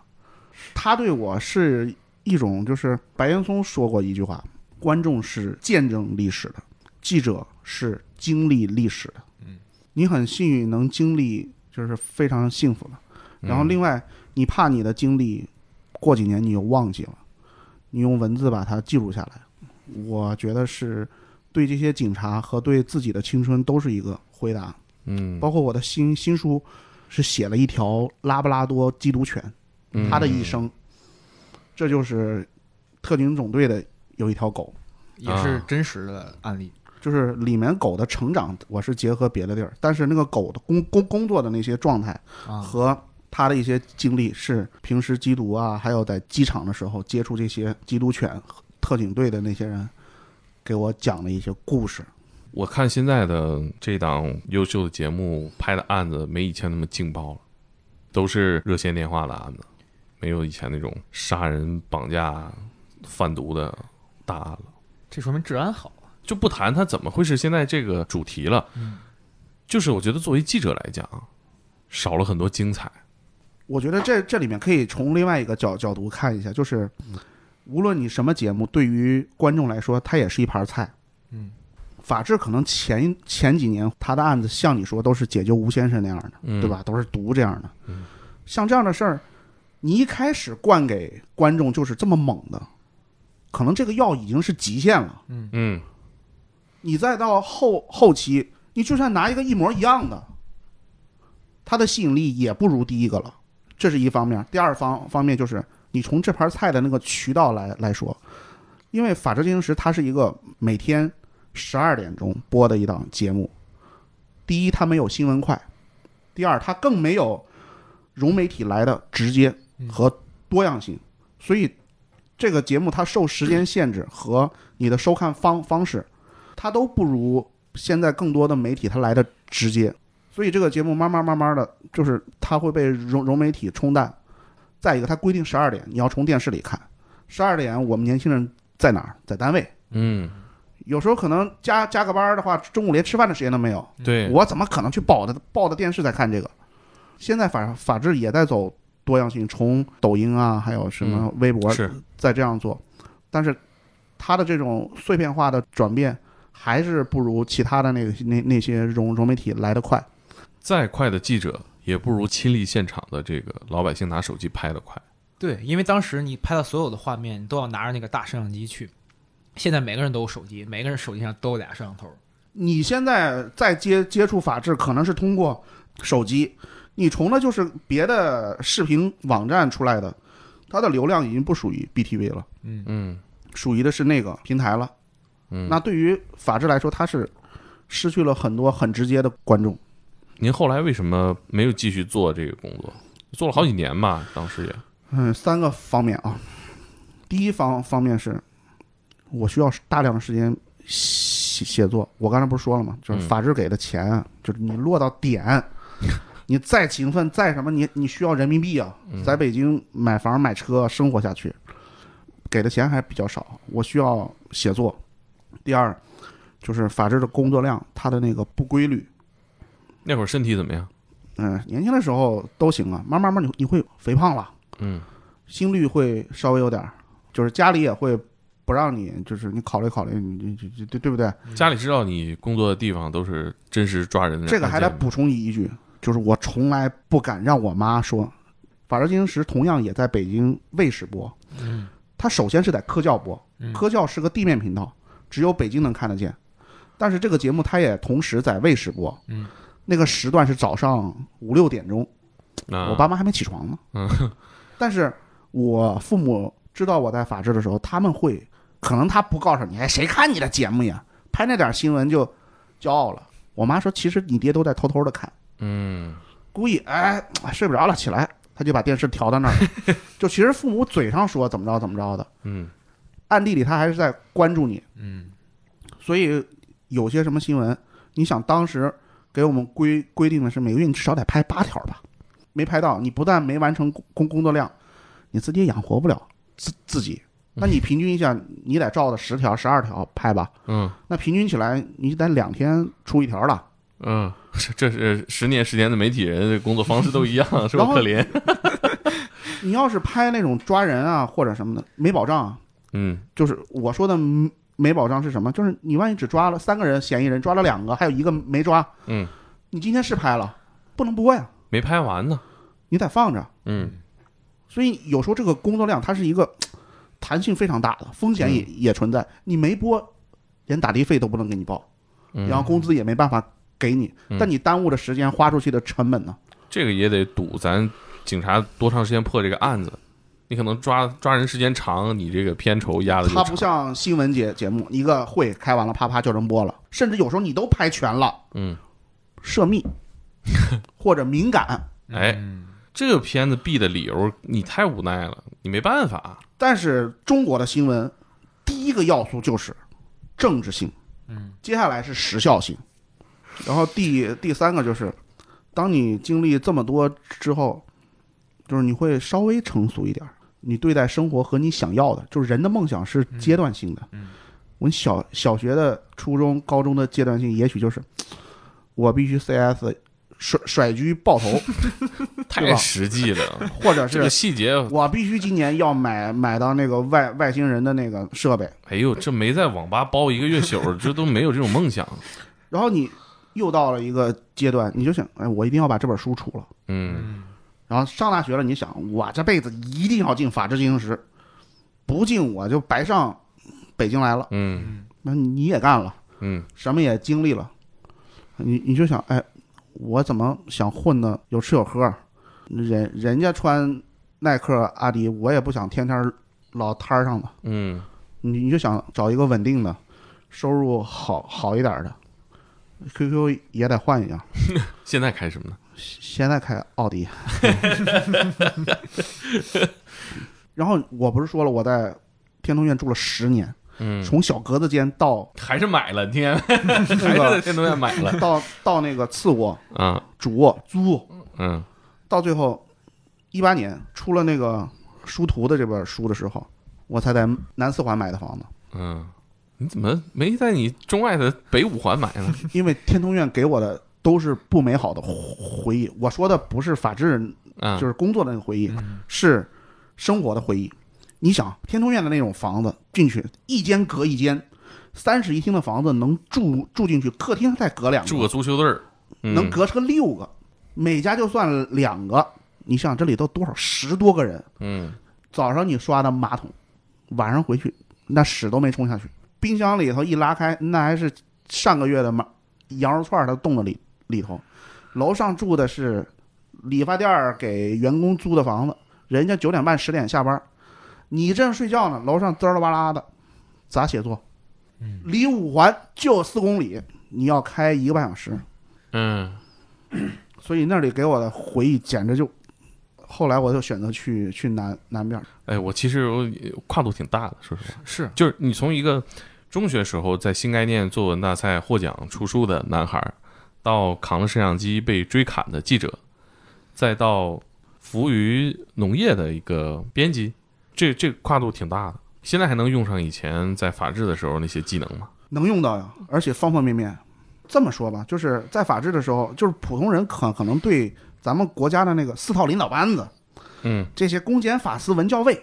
他对我是一种，就是白岩松说过一句话：观众是见证历史的，记者是经历历史的。嗯，你很幸运能经历，就是非常幸福了。然后另外，你怕你的经历过几年你又忘记了，你用文字把它记录下来，我觉得是对这些警察和对自己的青春都是一个回答。
嗯，
包括我的新新书是写了一条拉布拉多缉毒犬，
嗯
它的一生，这就是特警总队的有一条狗，
也是真实的案例。
就是里面狗的成长，我是结合别的地儿，但是那个狗的工工工作的那些状态
啊，
和它的一些经历，是平时缉毒啊，还有在机场的时候接触这些缉毒犬和特警队的那些人给我讲的一些故事。
我看现在的这档优秀的节目拍的案子没以前那么劲爆了，都是热线电话的案子，没有以前那种杀人、绑架、贩毒的大案了。
这说明治安好。
就不谈它怎么会是现在这个主题了，就是我觉得作为记者来讲，少了很多精彩。
我觉得这这里面可以从另外一个角角度看一下，就是无论你什么节目，对于观众来说，它也是一盘菜。
嗯，
法治可能前前几年他的案子，像你说都是解救吴先生那样的，
嗯
对吧？都是毒这样的。像这样的事儿，你一开始灌给观众就是这么猛的，可能这个药已经是极限了。
嗯，
你再到后后期，你就算拿一个一模一样的，它的吸引力也不如第一个了，这是一方面。第二方方面就是你从这盘菜的那个渠道来来说，因为《法制进行时》它是一个每天十二点钟播的一档节目，第一它没有新闻快，第二它更没有融媒体来的直接和多样性，所以这个节目它受时间限制和你的收看方方式。它都不如现在更多的媒体它来的直接，所以这个节目慢慢慢慢的就是它会被融融媒体冲淡。再一个，它规定十二点你要从电视里看，十二点我们年轻人在哪儿？在单位，
嗯，
有时候可能加加个班儿的话，中午连吃饭的时间都没有，
对，
我怎么可能去抱着抱着电视在看这个？现在法法制也在走多样性，从抖音啊，还有什么微博
嗯是
在这样做，但是它的这种碎片化的转变还是不如其他的那个那那些融融媒体来得快。
再快的记者也不如亲历现场的这个老百姓拿手机拍的快。
对，因为当时你拍到所有的画面，你都要拿着那个大摄像机去。现在每个人都有手机，每个人手机上都有俩摄像头。
你现在再接接触法制，可能是通过手机，你从的就是别的视频网站出来的，它的流量已经不属于 BTV 了。
嗯
属于的是那个平台了。
嗯，
那对于法治来说，它是失去了很多很直接的观众。
您后来为什么没有继续做这个工作？做了好几年吧，当时也。
嗯，三个方面啊。第一方方面是，我需要大量的时间写写作，我刚才不是说了吗？就是
嗯
法治给的钱啊，就是你落到点，你再勤奋再什么，你你需要人民币啊，在北京买房买车生活下去，给的钱还比较少，我需要写作。第二，就是法治的工作量，它的那个不规律。
那会儿身体怎么样？
嗯，年轻的时候都行啊，慢慢慢你你会肥胖了，
嗯，
心率会稍微有点儿，就是家里也会不让你，就是你考虑考虑，你你你对对不对？
嗯
家里知道你工作的地方都是真实抓人的，
这个还得补。充一句，就是我从来不敢让我妈说，《法制进行时》同样也在北京卫视播，
嗯，
它首先是在科教播，
嗯
科教是个地面频道，只有北京能看得见，但是这个节目它也同时在卫视播，
嗯，
那个时段是早上五六点钟，
啊、
我爸妈还没起床呢。
嗯，
但是我父母知道我在法制的时候，他们会可能他不告诉你，哎，谁看你的节目呀？拍那点新闻就骄傲了。我妈说，其实你爹都在偷偷的看，
嗯，
故意哎睡不着了起来，他就把电视调到 那儿了。就其实父母嘴上说怎么着怎么着的，
嗯，
暗地里他还是在关注你。
嗯，
所以有些什么新闻，你想当时给我们规规定的是每个月你至少得拍八条吧，没拍到，你不但没完成工工工作量，你自己也养活不了自自己。那你平均一下，你得照着十条、十二条拍吧。
嗯
那平均起来，你得两天出一条了。
嗯，这这是十年时间的媒体人的工作方式都一样，是吧？
然后
可怜。
你要是拍那种抓人啊或者什么的，没保障啊。
嗯
就是我说的没没保障是什么？就是你万一只抓了三个人，嫌疑人抓了两个，还有一个没抓，
嗯，
你今天是拍了，不啊能播呀，
没拍完呢。
你得放着。
嗯
所以有时候这个工作量它是一个弹性非常大的，风险也、
嗯
也存在。你没播，连打的费都不能给你报，
嗯，
然后工资也没办法给你，
嗯
但你耽误的时间、花出去的成本呢？
这个也得赌咱警察多长时间破这个案子。你可能抓抓人时间长，你这个片酬压的就
它
长。
不像新闻节节目，一个会开完了，啪啪就能播了，甚至有时候你都拍全了，
嗯，
涉 密或者敏感，
哎，这个片子毙的理由你太无奈了，你没办 法。
但是中国的新闻第一个要素就是政治性，嗯，接下来是时效性，然后第第三个就是，当你经历这么多之后，就是你会稍微成熟一点儿，你对待生活和你想要的，就是人的梦想是阶段性的。嗯，我们小小学的、初中、高中的阶段性，也许就是我必须 CS 甩甩狙爆头，对
太
吧
实际了，
或 者
这个
是。
细节，
我必须今年要买买到那个外外星人的那个设备，
哎呦，这没在网吧包一个月宿，这都没有这种梦想。
然后你又到了一个阶段，你就想，哎，我一定要把这本书出了。
嗯
然后上大学了，你想，我这辈子一定要进法制进行时，不进我就白上北京来了。
嗯
那你也干了，
嗯
什么也经历了，你你就想，哎，我怎么想混的有吃有喝？人人家穿耐克、阿迪，我也不想天天老摊儿上吧。
嗯
你你就想找一个稳定的，收入好好一点儿的，QQ 也得换一样。
现在开什么呢？
现在开奥迪。 然后我不是说了，我在天通苑住了十年，
嗯，
从小格子间到
还是买了，天， 还
那
是在
个
天通苑买了
到到那个次卧、
啊。
主卧、租卧，
嗯
到最后一八年出了那个《殊途》的这本书的时候，我才在南四环买的房子，
嗯，你怎么没在你钟爱的北五环买 呢？
因为天通苑给我的都是不美好的回忆。我说的不是法治
啊，嗯
就是工作的那个回忆，是生活的回忆。你想，天通苑的那种房子进去，一间隔一间，三室一厅的房子能住住进去，客厅再隔两
住个
个，
足球队儿，嗯
能隔成六个，每家就算两个。你想，这里头多少十多个人，
嗯
早上你刷的马桶，晚上回去那屎都没冲下去，冰箱里头一拉开，那还是上个月的马羊肉串儿，它冻在里里头。楼上住的是理发店儿给员工租的房子，人家九点半十点下班儿，你正睡觉呢，楼上滋啦哇啦的，咋写作？离五环就四公里，你要开一个半小时，
嗯
所以那里给我的回忆简直就……后来我就选择去去南南边儿，
哎，我其实我跨度挺大的，说实话。
是
就是你从一个中学时候在新概念作文大赛获奖出书的男孩儿，到扛了摄像机被追砍的记者，再到服务于农业的一个编辑，这这跨度挺大的。现在还能用上以前在法治的时候那些技能吗？
能用到呀，而且方方面面。这么说吧，就是在法治的时候，就是普通人可可能对咱们国家的那个四套领导班子，
嗯
这些公检法司文教卫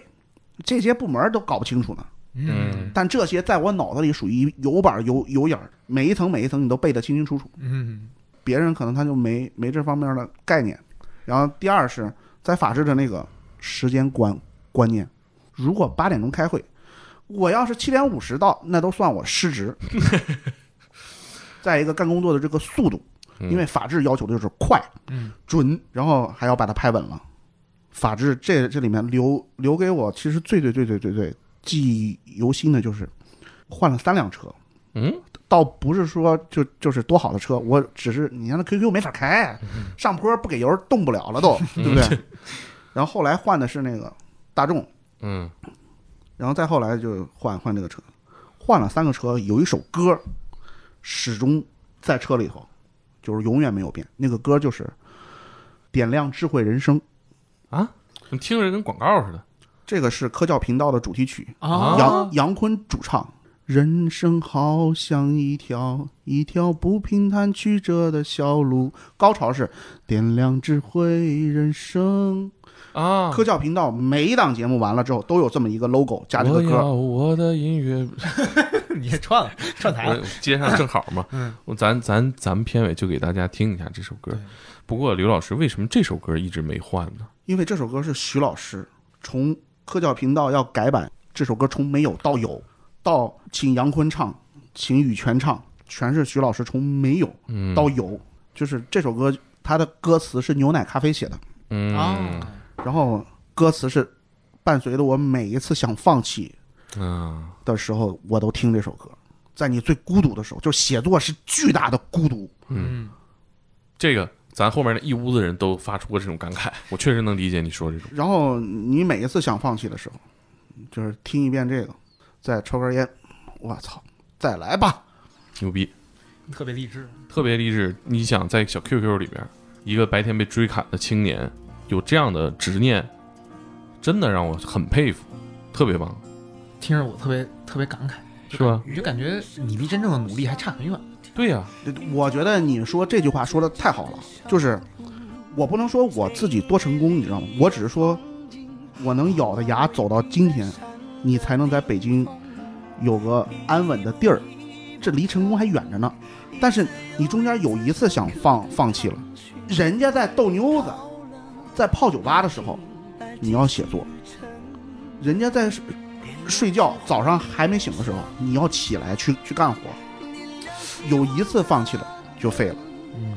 这些部门儿都搞不清楚呢。
嗯
但这些在我脑子里属于有板儿有有眼儿，每一层每一层你都背得清清楚楚。
嗯，
别人可能他就没没这方面的概念。然后第二是在法治的那个时间观观念，如果八点钟开会，我要是七点五十到，那都算我 失职。再一个干工作的这个速度，
嗯
因为法治要求的就是快、
嗯、
准，然后还要把它拍稳了。法治这这里面留留给我其实最最最最最最记忆犹新的就是换了三辆车，
嗯，
倒不是说就就是多好的车，我只是你看那 QQ 没法开，
嗯
上坡不给油动不了了都，对不对？ 然后后来换的是那个大众，
嗯
然后再后来就换换这个车，换了三个车，有一首歌始终在车里头，就是永远没有变。那个歌就是《点亮智慧人生》，
啊，怎么听着跟广告似的？
这个是科教频道的主题曲，
啊
杨杨坤主唱。人生好像一条一条不平坦曲折的小路，高潮是点亮智慧人生。
啊，
科教频道每一档节目完了之后都有这么一个 logo 加这个
我要
歌，
我的音乐，
你也串了串台 了，
我接上正好嘛。
嗯，
我咱咱咱们片尾就给大家听一下这首歌
对。
不过刘老师，为什么这首歌一直没换呢？
因为这首歌是徐老师从科教频道要改版，这首歌从没有到有，到请杨坤唱，请羽泉唱，全是徐老师从没有
嗯，
到有，就是这首歌它的歌词是牛奶咖啡写的。
嗯
啊，
然后歌词是伴随着我每一次想放弃
嗯
的时候，我都听这首歌。在你最孤独的时候，就写作是巨大的孤独。
嗯，
这个咱后面那一屋子人都发出过这种感 慨，我确实能理解你说这种。
然后你每一次想放弃的时候，就是听一遍这个，再抽根烟，我操，再来吧。
牛逼，
嗯特别励志，
特别励志。你想在小 QQ 里边，一个白天被追砍的青年有这样的执念，真的让我很佩服，特别棒，
听着我特别特别感慨，
是吧？
你就感觉你离真正的努力还差很远。
对呀、
我觉得你说这句话说的太好了，就是我不能说我自己多成功，你知道吗？我只是说我能咬着牙走到今天，你才能在北京有个安稳的地儿，这离成功还远着呢。但是你中间有一次想放放弃了，人家在斗妞子，在泡酒吧的时候，你要写作；人家在睡睡觉，早上还没醒的时候，你要起来去去干活。有一次放弃了就废了。
嗯，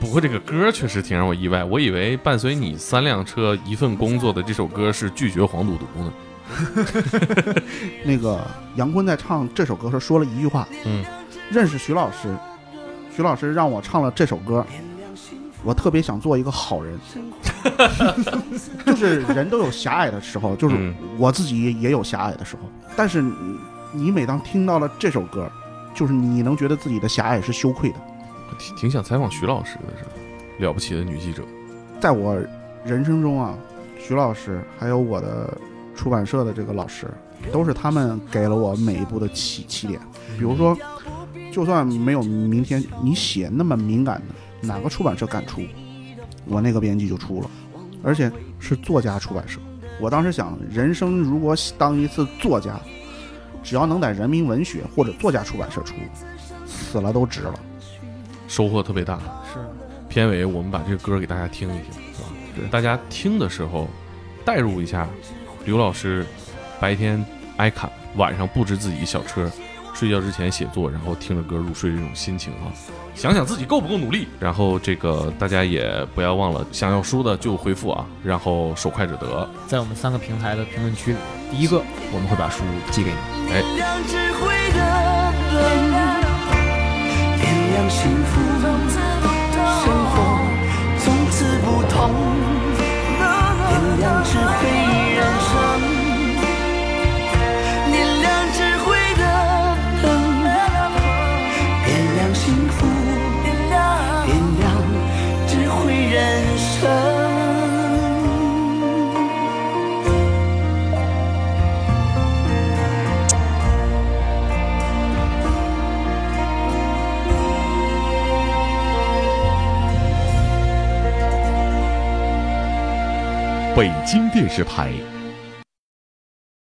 不过这个歌确实挺让我意外，我以为伴随你三辆车一份工作的这首歌是拒绝黄赌毒呢。
那个杨坤在唱这首歌时候说了一句话，
嗯，
认识徐老师，徐老师让我唱了这首歌，我特别想做一个好 人。就是人都有狭隘的时候，就是
嗯
我自己也有狭隘的时候，但是你你每当听到了这首歌，就是你能觉得自己的狭隘是羞愧的。
我挺挺想采访徐老师的是，了不起的女记者。
在我人生中啊，徐老师还有我的出版社的这个老师，都是他们给了我每一步的起起点。比如说，就算没有明天，你写那么敏感的，哪个出版社敢出？我那个编辑就出了，而且是作家出版社。我当时想，人生如果当一次作家，只要能在人民文学或者作家出版社出，死了都值了。
收获特别大。
是，
片尾我们把这个歌给大家听一听，是吧？
对
大家听的时候代入一下，刘老师白天挨砍，晚上布置自己小车，睡觉之前写作，然后听着歌入睡这种心情啊，想想自己够不够努力。然后这个大家也不要忘了，想要书的就回复啊，然后手快者得。
在我们三个平台的评论区里，第一个我们会把书寄给你。
点亮智慧的灯，点亮幸福生活，从此不同。点亮智慧人生，点亮智慧的灯，
北京电视台